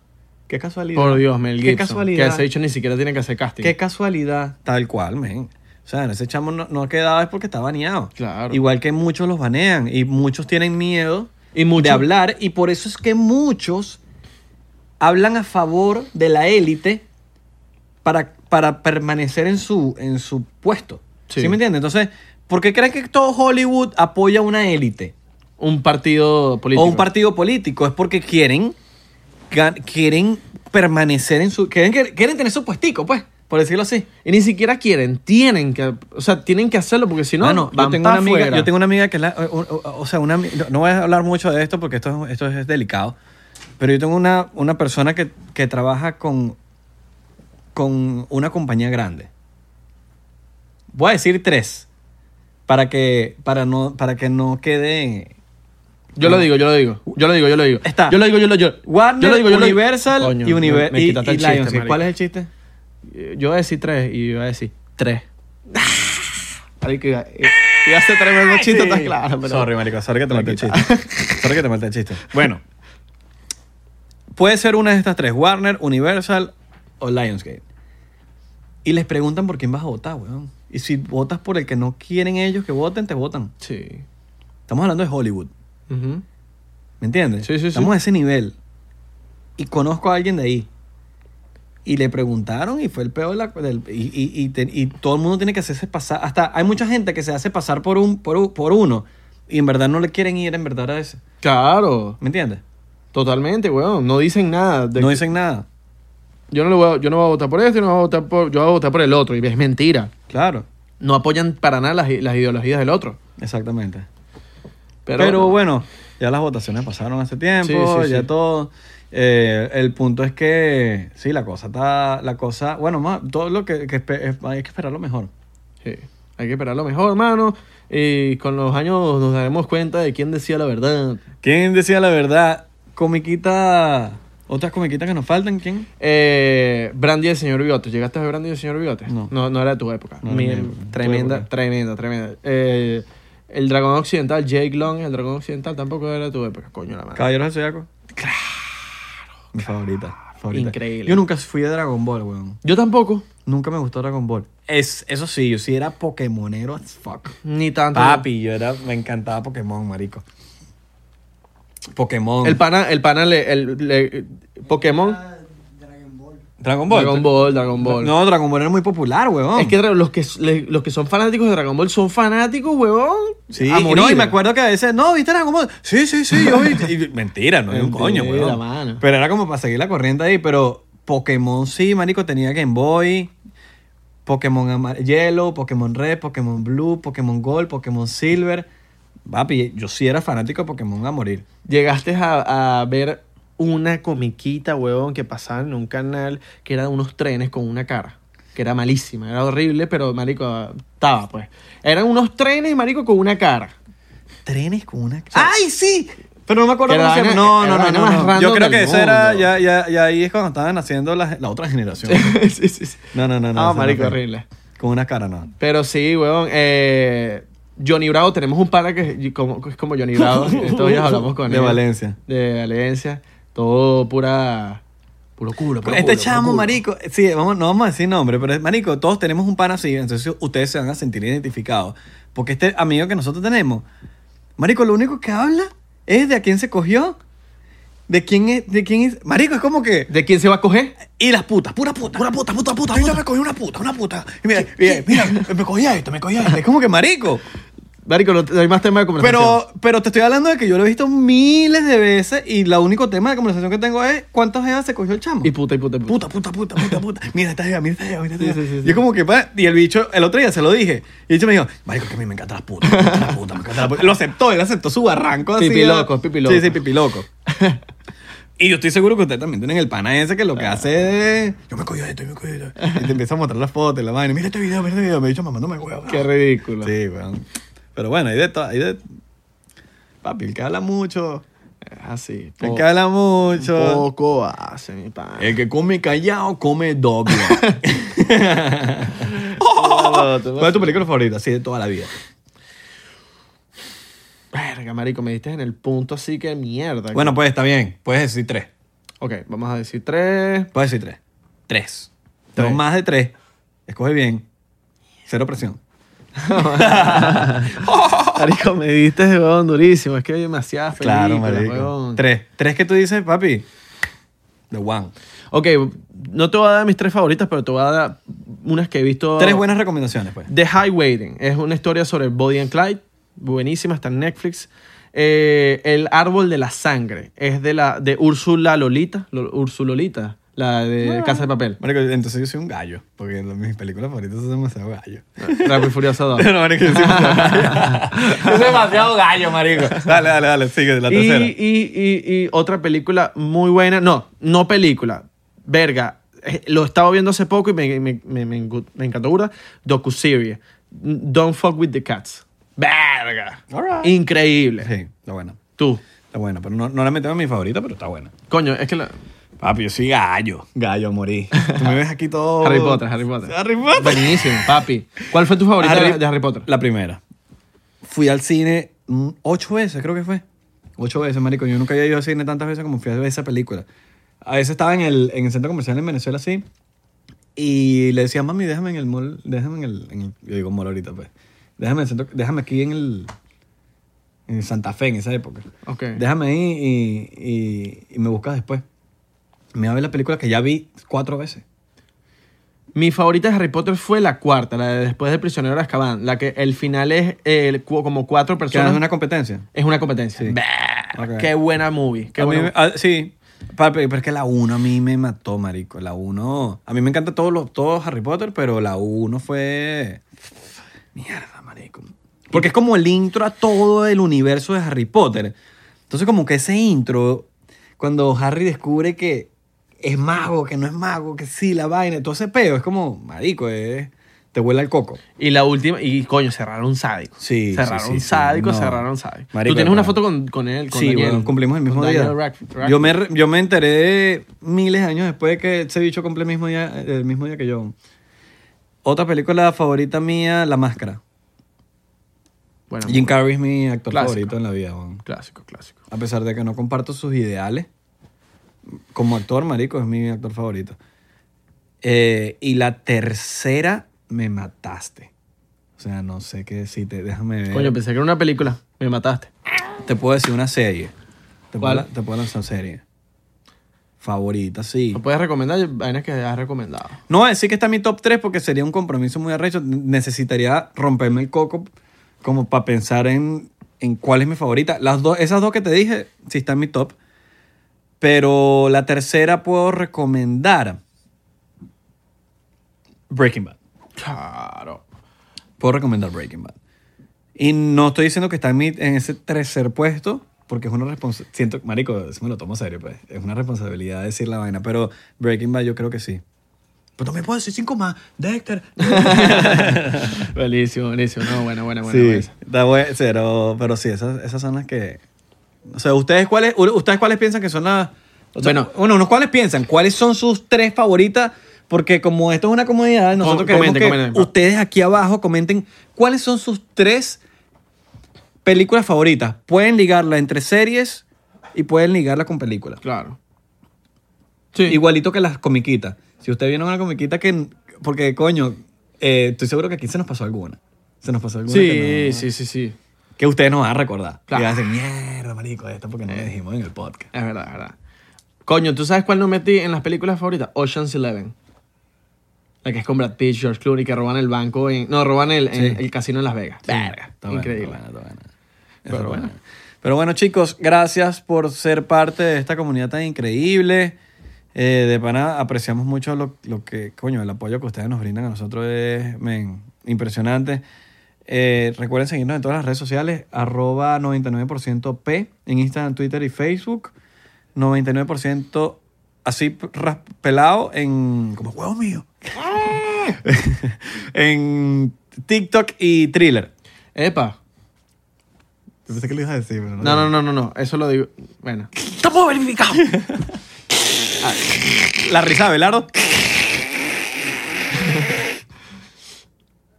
S2: Qué casualidad.
S3: Por Dios, Mel Gibson.
S2: Qué
S3: Que
S2: casualidad.
S3: ese dicho ni siquiera tiene que hacer casting.
S2: Qué casualidad. Tal cual, men. O sea, ese chamo no, no ha quedado es porque está baneado.
S3: Claro.
S2: Igual que muchos los banean y muchos tienen miedo
S3: Y mucho-
S2: de hablar. Y por eso es que muchos hablan a favor de la élite para, para permanecer en su, en su puesto.
S3: Sí.
S2: Sí. me entiendes? Entonces, ¿por qué creen que todo Hollywood apoya una élite?
S3: un partido político.
S2: O un partido político. Es porque quieren, gan- quieren permanecer en su... Quieren, que- quieren tener su puestico, pues, por decirlo así.
S3: Y ni siquiera quieren, tienen que, o sea, tienen que hacerlo porque si no,
S2: Mano,
S3: yo,
S2: van
S3: tengo
S2: pa'
S3: una amiga,
S2: afuera. yo tengo una amiga que es la- o, o- o sea, una, ami- no- no voy a hablar mucho de esto porque esto, es- esto es delicado, pero yo tengo una, una persona que, que trabaja con, con una compañía grande. Voy a decir tres para que, para no, para que no quede...
S3: Yo lo digo, yo lo digo, yo lo digo, yo lo digo.
S2: Está.
S3: Yo lo digo, yo lo digo.
S2: Warner,
S3: yo lo digo, yo lo digo.
S2: Universal
S3: Coño,
S2: y, Univer-
S3: me- me
S2: y-
S3: quitaste
S2: y
S3: el chiste,
S2: Lionsgate.
S3: marico.
S2: ¿Cuál es el chiste?
S3: Yo voy a decir tres y iba a decir tres. Marico, iba, iba a eh, hacer tremendo chiste, está claro, pero...
S2: Sorry, marico, sorry que te maté el chiste. sorry que te maté el chiste. (laughs) Bueno, puede ser una de estas tres: Warner, Universal o Lionsgate. Y les preguntan por quién vas a votar, weón. Y si votas por el que no quieren ellos que voten, te votan.
S3: Sí.
S2: Estamos hablando de Hollywood.
S3: Ujú.
S2: ¿Me entiendes?
S3: Sí, sí, sí.
S2: Estamos a ese nivel. Y conozco a alguien de ahí. Y le preguntaron y fue el peor de la... del- y, y- y te- y todo el mundo tiene que hacerse pasar... Hasta hay mucha gente que se hace pasar por, un, por, un- por uno y en verdad no le quieren ir en verdad a ese.
S3: Claro,
S2: ¿Me entiendes?
S3: totalmente, weón. No dicen nada. de-
S2: No dicen nada.
S3: Yo no, le voy a, yo no voy a votar por este, yo no voy a votar por, yo voy a votar por el otro. Y es mentira.
S2: Claro.
S3: No apoyan para nada las, las ideologías del otro.
S2: Exactamente.
S3: Pero,
S2: Pero, bueno, ya las votaciones pasaron hace tiempo,
S3: Sí, sí,
S2: ya
S3: sí.
S2: todo. Eh, el punto es que sí, la cosa está... La cosa... Bueno, más, todo lo que, que espe- es- hay que esperar lo mejor.
S3: Sí, hay que esperar lo mejor, hermano. Y con los años nos daremos cuenta de quién decía la verdad.
S2: ¿Quién decía la verdad? Comiquita. Otras comiquitas que nos faltan, ¿quién?
S3: Eh, Brandy y el señor Bigotes. ¿Llegaste a ver Brandy y el señor Bigotes?
S2: No.
S3: No, no era de tu época.
S2: No era
S3: Mi-
S2: mi época. Tu
S3: tremenda,
S2: época.
S3: tremenda, tremenda. Eh, el dragón occidental, Jake Long, el dragón occidental tampoco era de tu época. Coño, la madre.
S2: Caballeros del Zodiaco. Claro. Mi favorita, favorita.
S3: Increíble.
S2: Yo nunca fui de Dragon Ball, weón.
S3: Yo tampoco.
S2: Nunca me gustó Dragon Ball. Es, eso sí, yo sí era Pokémonero as fuck.
S3: Ni tanto.
S2: Papi, yo era. Me encantaba Pokémon, marico. Pokémon.
S3: El pana, el pana, le, el, le- Pokémon,
S4: Dragon Ball.
S2: Dragon Ball.
S3: Dragon Ball, Dragon Ball.
S2: No, Dragon Ball era muy popular, weón.
S3: Es que dra- los que, le- los que son fanáticos de Dragon Ball son fanáticos, huevón.
S2: Sí,
S3: a
S2: y
S3: morir.
S2: no, y me acuerdo que a veces, no, ¿viste Dragon Ball? Sí, sí, sí, yo vi.
S3: (laughs)
S2: Y mentira, no es un
S3: Mentira,
S2: coño, weón.
S3: mano.
S2: Pero era como para seguir la corriente ahí, pero Pokémon sí, marico, tenía Game Boy, Pokémon ama- Yellow, Pokémon Red, Pokémon Blue, Pokémon Gold, Pokémon Silver. Papi, yo sí era fanático de Pokémon a morir.
S3: Llegaste a, a ver una comiquita, huevón, que pasaba en un canal que era de unos trenes con una cara. Que era malísima, era horrible, pero marico, estaba pues. Eran unos trenes, marico, con una cara.
S2: Trenes con una... ¡Ay, sí! Pero no me acuerdo
S3: Era
S2: cómo se
S3: la
S2: llama.
S3: vaina-
S2: No,
S3: era
S2: no,
S3: la
S2: no, no,
S3: vaina más
S2: no.
S3: random
S2: Yo creo que
S3: del
S2: esa era...
S3: mundo.
S2: Ya, ya, ya ahí es cuando estaban naciendo la, la otra generación.
S3: sí, sí, sí.
S2: No, no, no. no,
S3: (laughs) Ah,
S2: esa no
S3: marico,
S2: fue.
S3: horrible.
S2: Con una cara, no.
S3: Pero sí, huevón. eh, Johnny Bravo, tenemos un pana que es como, que es como Johnny
S2: (laughs)
S3: Bravo. Estos días hablamos con
S2: De
S3: él.
S2: Valencia.
S3: De Valencia. Todo pura. Puro culo. puro
S2: Este
S3: culo, puro
S2: chamo,
S3: culo.
S2: marico, sí, vamos, no vamos a decir nombre, pero es- marico, todos tenemos un pan así, entonces ustedes se van a sentir identificados. Porque este amigo que nosotros tenemos, marico, lo único que habla es de a quién se cogió, de quién es, de quién es, marico, es como que,
S3: ¿De quién se va a coger?
S2: y las putas, pura puta, pura puta, puta, puta, puta. me cogí una puta, una puta, y mira, mira, mira, me cogí a esto, me cogí a esto, es como que, marico,
S3: Marico, no te- hay más temas de conversación.
S2: pero, pero te estoy hablando de que yo lo he visto miles de veces y la único tema de conversación que tengo es cuántas veces se cogió el chamo.
S3: Y puta, y puta, y puta.
S2: Puta, puta, puta, puta,
S3: (laughs)
S2: puta. Mira, está allá, mira, está allá, mira, está
S3: Sí,
S2: allá.
S3: sí, sí, sí.
S2: Yo como que, pa- y el bicho, el otro día se lo dije. Y el bicho me dijo, marico, que a mí me encantan las putas, me encantan las putas, me encantan las putas. Lo aceptó, él aceptó su barranco así.
S3: Pipiloco,
S2: ah.
S3: pipiloco.
S2: Sí, sí,
S3: (laughs)
S2: pipiloco. y yo estoy seguro que ustedes también tienen el pana ese que lo
S3: Ah.
S2: que hace es, yo me cojo esto, yo me cojo esto. Y te empieza a mostrar las fotos y la vaina. Mira este video, mira este video. Me dicho, mamá, no me huevo.
S3: Qué ridículo.
S2: Sí, weón. Pero bueno, hay de todo, hay de... Papi, el que habla mucho,
S3: Así.
S2: el que habla mucho.
S3: Oh. Poco hace, mi pana.
S2: El que come callado come doble. (laughs) ¿Cuál es tu película favorita? Así de toda la vida.
S3: Verga, marico, me diste en el punto así que mierda.
S2: Bueno, pues está bien. Puedes decir tres.
S3: Ok, vamos a decir tres.
S2: Puedes decir tres. Tres.
S3: Tres.
S2: No más de tres. Escoge bien. Cero presión.
S3: Marico, me diste de huevón durísimo. Es que hay demasiadas
S2: Claro,
S3: películas,
S2: marico.
S3: huevón.
S2: Tres. Tres que tú dices, papi. The one.
S3: Ok, no te voy a dar mis tres favoritas, pero te voy a dar unas que he visto.
S2: Tres buenas recomendaciones, pues.
S3: The High Waiting es una historia sobre Body and Clyde, buenísima, está en Netflix. Eh, el árbol de la sangre es de la de Úrsula Lolita, Lo- Ursulolita, la de Casa de Papel.
S2: Marico, entonces yo soy un gallo. Porque lo- mis películas favoritas son demasiado gallo.
S3: Rápido y Furioso
S2: (laughs)
S3: 2.
S2: No, marico, yo soy demasiado gallo. Yo soy demasiado gallo, marico. Dale, dale, dale. Sigue, la
S3: y,
S2: tercera.
S3: y- y- y otra película muy buena. No, no película. Verga. Eh, Lo estaba viendo hace poco y me, me, me, me engu- me encantó burda. Docuserie. Don't fuck with the cats. Verga.
S2: All right.
S3: Increíble.
S2: Sí, está buena.
S3: Tú.
S2: Está buena. Pero no, no la metemos en mi favorita, pero está buena.
S3: Coño, es que la...
S2: Papi, yo soy gallo. Gallo, morí. (laughs) Tú me ves aquí todo.
S3: Harry Potter, Harry Potter.
S2: Oh. Harry Potter.
S3: Buenísimo, papi. ¿Cuál fue tu favorita
S2: Harry-
S3: de- de Harry Potter?
S2: La primera. Fui al cine mm, ocho veces, creo que fue. Ocho veces, marico. Yo nunca había ido al cine tantas veces como fui a ver esa película. A veces estaba en el, en el centro comercial en Venezuela, así. Y le decía, mami, déjame en el mall. Déjame en el... en el-". yo digo mall ahorita, pues. Déjame, en el centro- déjame aquí en el... En Santa Fe, en esa época.
S3: Ok.
S2: Déjame ahí y, y- y me buscas después. Me va a ver la película que ya vi cuatro veces.
S3: Mi favorita de Harry Potter fue la cuarta, la de después del prisionero de Azkaban, la que el final es eh, el cu- como cuatro
S2: Que es
S3: personas.
S2: una competencia.
S3: Es una competencia.
S2: Sí.
S3: Bah,
S2: Ok.
S3: Qué buena movie. Qué
S2: A mí
S3: buena-
S2: me- ah, sí. Pa- Pero pero es que la 1 a mí me mató, marico. La 1... A mí me encanta todos los todos Harry Potter, pero la 1 fue... Mierda, marico. Porque es como el intro a todo el universo de Harry Potter. Entonces como que ese intro, cuando Harry descubre que es mago, que no es mago, que sí, la vaina, todo ese peo, es como, marico, es- te huele al coco.
S3: Y la última, y coño, cerraron sádico.
S2: Sí,
S3: Cerraron
S2: sí, sí, sí.
S3: sádico,
S2: No.
S3: cerraron sádico.
S2: Marico,
S3: Tú tienes una
S2: bueno.
S3: foto con, con él, con
S2: sí,
S3: Daniel.
S2: bueno, cumplimos el
S3: con
S2: mismo día.
S3: Daniel Radcliffe,
S2: Yo,
S3: Radcliffe.
S2: me, re- yo me enteré miles de años después de que ese bicho cumple el mismo día, el mismo día que yo. Otra película favorita mía, La Máscara.
S3: Bueno,
S2: Jim Carrey es mi actor
S3: Clásico.
S2: favorito en la vida, weón.
S3: clásico, clásico.
S2: A pesar de que no comparto sus ideales, como actor, marico, es mi actor favorito. Eh, y la tercera, Me Mataste. O sea, no sé qué decirte, déjame ver.
S3: Coño, pensé que era una película. Me mataste.
S2: Te puedo decir una serie. Te,
S3: ¿Cuál?
S2: Puedo, te puedo lanzar serie. Favorita, sí.
S3: ¿Me puedes recomendar vainas que has recomendado?
S2: No voy a decir que está en mi top 3 porque sería un compromiso muy arrecho. Necesitaría romperme el coco como para pensar en, en cuál es mi favorita. Las dos, esas dos que te dije, sí están en mi top. Pero la tercera puedo recomendar. Breaking Bad.
S3: Claro.
S2: Puedo recomendar Breaking Bad. Y no estoy diciendo que está en, mi- en ese tercer puesto, porque es una responsabilidad. Siento, marico, si me lo tomo serio, pues. Es una responsabilidad decir la vaina, pero Breaking Bad yo creo que sí. Pero también puedo decir cinco más. Dexter.
S3: buenísimo, buenísimo. No, buena, buena, buena.
S2: sí,
S3: buena.
S2: está bueno, pero, pero sí, esas, esas son las que. O sea, ¿ustedes cuáles, u- ¿ustedes cuáles piensan que son las. o sea,
S3: Bueno.
S2: bueno, unos cuáles piensan, cuáles son sus tres favoritas, porque como esto es una comunidad, nosotros
S3: Com-
S2: queremos
S3: comenten,
S2: que
S3: comenten.
S2: ustedes aquí abajo comenten cuáles son sus tres películas favoritas. Pueden ligarla entre series y pueden ligarla con películas.
S3: Claro. Sí.
S2: Igualito que las comiquitas. Si ustedes vieron una comiquita que. Porque, coño, eh, estoy seguro que aquí se nos pasó alguna. Se nos pasó alguna. que
S3: sí,
S2: no-
S3: sí, sí, sí.
S2: que ustedes no van a recordar. Y
S3: Claro. Eh.
S2: van a decir, mierda, marico, esto porque no lo dijimos en el podcast.
S3: Es verdad, es verdad. Coño, ¿tú sabes cuál no metí en las películas favoritas? Ocean's Eleven. La que es con Brad Pitt, George Clooney, que roban el banco en... No, roban el, en-
S2: Sí.
S3: el casino en Las Vegas. Verga.
S2: Está bueno,
S3: Increíble.
S2: está bueno, está bueno. Eso
S3: Pero
S2: está
S3: bueno.
S2: Pero bueno, chicos, gracias por ser parte de esta comunidad tan increíble. Eh, de pana, apreciamos mucho lo, lo que, coño, el apoyo que ustedes nos brindan a nosotros es men, impresionante. Eh, recuerden seguirnos en todas las redes sociales, arroba 99% P en Instagram, Twitter y Facebook. 99% así ras- pelado en... Como huevo mío. ¡Ah! (laughs) en TikTok y Thriller.
S3: Epa.
S2: Yo pensé que lo ibas a decir, pero
S3: No, no, no, no, no. Eso lo digo...
S2: (laughs)
S3: Bueno.
S5: ¡Estamos verificados!
S2: La risa de Belardo.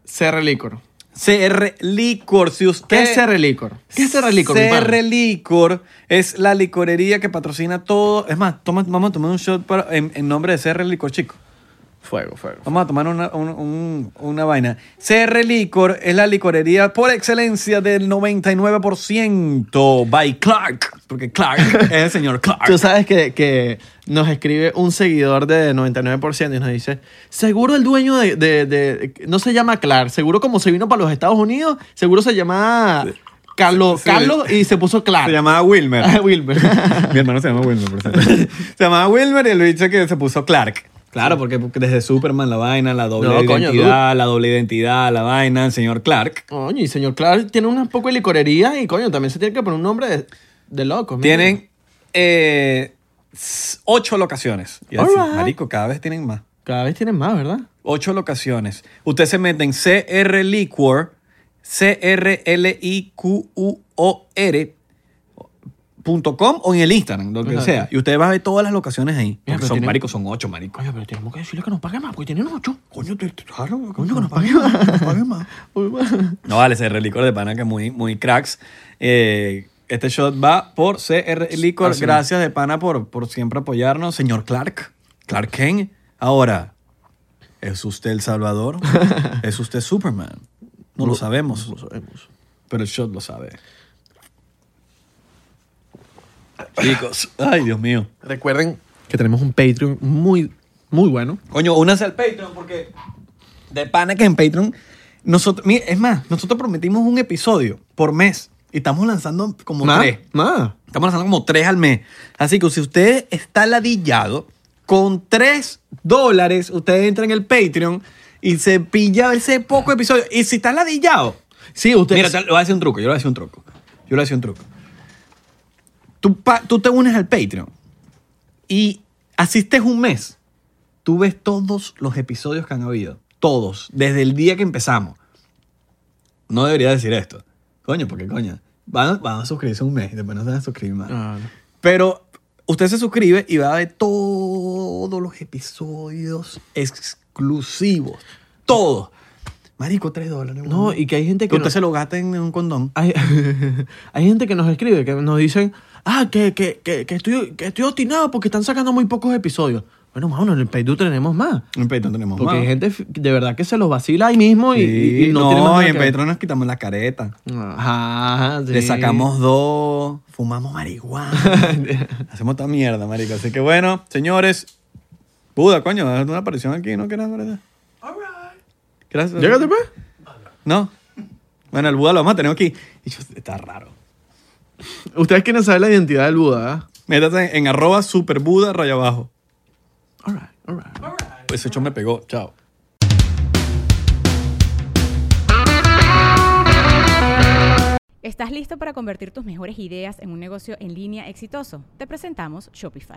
S3: CR Licor.
S2: CR Licor. Si
S3: ¿Qué
S2: usted.
S3: es CR Licor? ¿Qué es CR Licor, mi pana?
S2: CR Licor es la licorería que patrocina todo. Es más, toma- vamos a tomar un shot para- en, en nombre de CR Licor, chico.
S3: Fuego, fuego.
S2: Vamos a tomar una, un- un- una vaina. CR Licor es la licorería por excelencia del 99% by Clark. Porque Clark es
S3: (laughs)
S2: el señor Clark.
S3: Tú sabes que, que nos escribe un seguidor de 99% y nos dice, seguro el dueño de, de- de- no se llama Clark, seguro como se vino para los Estados Unidos, seguro se llama Carlos,
S2: Sí.
S3: Carlos y se puso Clark.
S2: Se llamaba (laughs) Wilmer.
S3: Ah, Wilmer.
S2: (laughs)
S3: (laughs)
S2: Mi hermano se llama Wilmer, por cierto. (laughs) se llamaba Wilmer y el bicho que se puso Clark. Claro, porque desde Superman la vaina, la doble
S3: No, coño,
S2: identidad, la doble identidad, la vaina, el señor Clark.
S3: Coño, y señor Clark tiene un poco de licorería y coño, también se tiene que poner un nombre de, de loco. mira.
S2: Tienen eh, s- ocho locaciones. Y así,
S3: Alright.
S2: marico, cada vez tienen más.
S3: Cada vez tienen más, ¿verdad?
S2: Ocho locaciones. Usted se mete en CR Liquor, C-R-L-I-Q-U-O-R punto com o en el Instagram, lo que
S3: Ajá.
S2: sea. Y usted va a ver todas las locaciones ahí.
S3: pero
S2: Porque son,
S3: tiene-
S2: marico, son ocho, marico.
S3: Coño, pero tenemos que decirle que nos paguen más, porque tienen ocho.
S1: Coño, te, te- claro,
S3: Coño, que nos
S1: pague
S3: paguen más.
S1: más, que pague
S3: (laughs)
S1: más.
S3: Uy, bueno.
S2: (laughs) No vale, CR Licor de pana que muy, muy cracks. Eh, este shot va por CR Licor.
S3: Así es.
S2: Gracias de pana por, por siempre apoyarnos. Señor Clark, Clark Kent. Ahora, ¿es usted el
S3: (laughs)
S2: Salvador? ¿Es usted Superman? No lo sabemos.
S3: Lo sabemos.
S2: Pero el shot lo sabe.
S3: Ah.
S2: Chicos, ay Dios mío.
S3: Recuerden que tenemos un Patreon muy, muy bueno.
S2: Coño, únanse al Patreon porque de pana que en Patreon nosotros, mire, es más, nosotros prometimos un episodio por mes y estamos lanzando como
S3: Más,
S2: tres.
S3: más.
S2: Estamos lanzando como tres al mes. Así que si usted está ladillado, con tres dólares usted entra en el Patreon y se pilla ese poco episodio. Y si está ladillado,
S3: Sí, ustedes.
S2: mira, te- le voy a decir un truco, yo le voy a decir un truco. Yo le voy a decir un truco. Tú, pa- tú te unes al Patreon y asistes un mes. Tú ves todos los episodios que han habido. Todos. Desde el día que empezamos. No debería decir esto. Coño, porque coño. Van, van a suscribirse un mes y después no se van a suscribir más.
S3: Ah, no.
S2: Pero usted se suscribe y va a ver todos los episodios exclusivos. Todos. Marico, 3 dólares.
S3: No, y que hay gente que.
S2: usted
S3: no-
S2: se lo gasta en un condón.
S3: hay, (laughs) hay gente que nos escribe, que nos dicen, ah, que, que, que, que estoy, que estoy obstinado porque están sacando muy pocos episodios. Bueno, mano, en el Patreon tenemos más.
S2: En Patreon tenemos
S3: Porque hay
S2: más.
S3: gente f- de verdad que se los vacila ahí mismo y, y-
S2: Sí,
S3: y no,
S2: no,
S3: tiene más nada
S2: y en
S3: que-
S2: Patreon nos quitamos la careta.
S3: Ajá, sí.
S2: Le
S3: (laughs)
S2: sacamos dos, fumamos marihuana. Hacemos toda mierda, marico. Así que bueno, señores. Buda, coño, haz una aparición aquí, ¿no? ¿Qué era, verdad? Gracias.
S3: Llégate, pues.
S2: No. Bueno, el Buda lo vamos a tener aquí. Y yo, está raro.
S3: Ustedes quieren saber la identidad del Buda, ¿ah?
S2: Métase en, en arroba superbuda raya abajo.
S3: ¿eh? All right, all right.
S2: Ese hecho me pegó. Chao.
S6: ¿Estás listo para convertir tus mejores ideas en un negocio en línea exitoso? Te presentamos Shopify.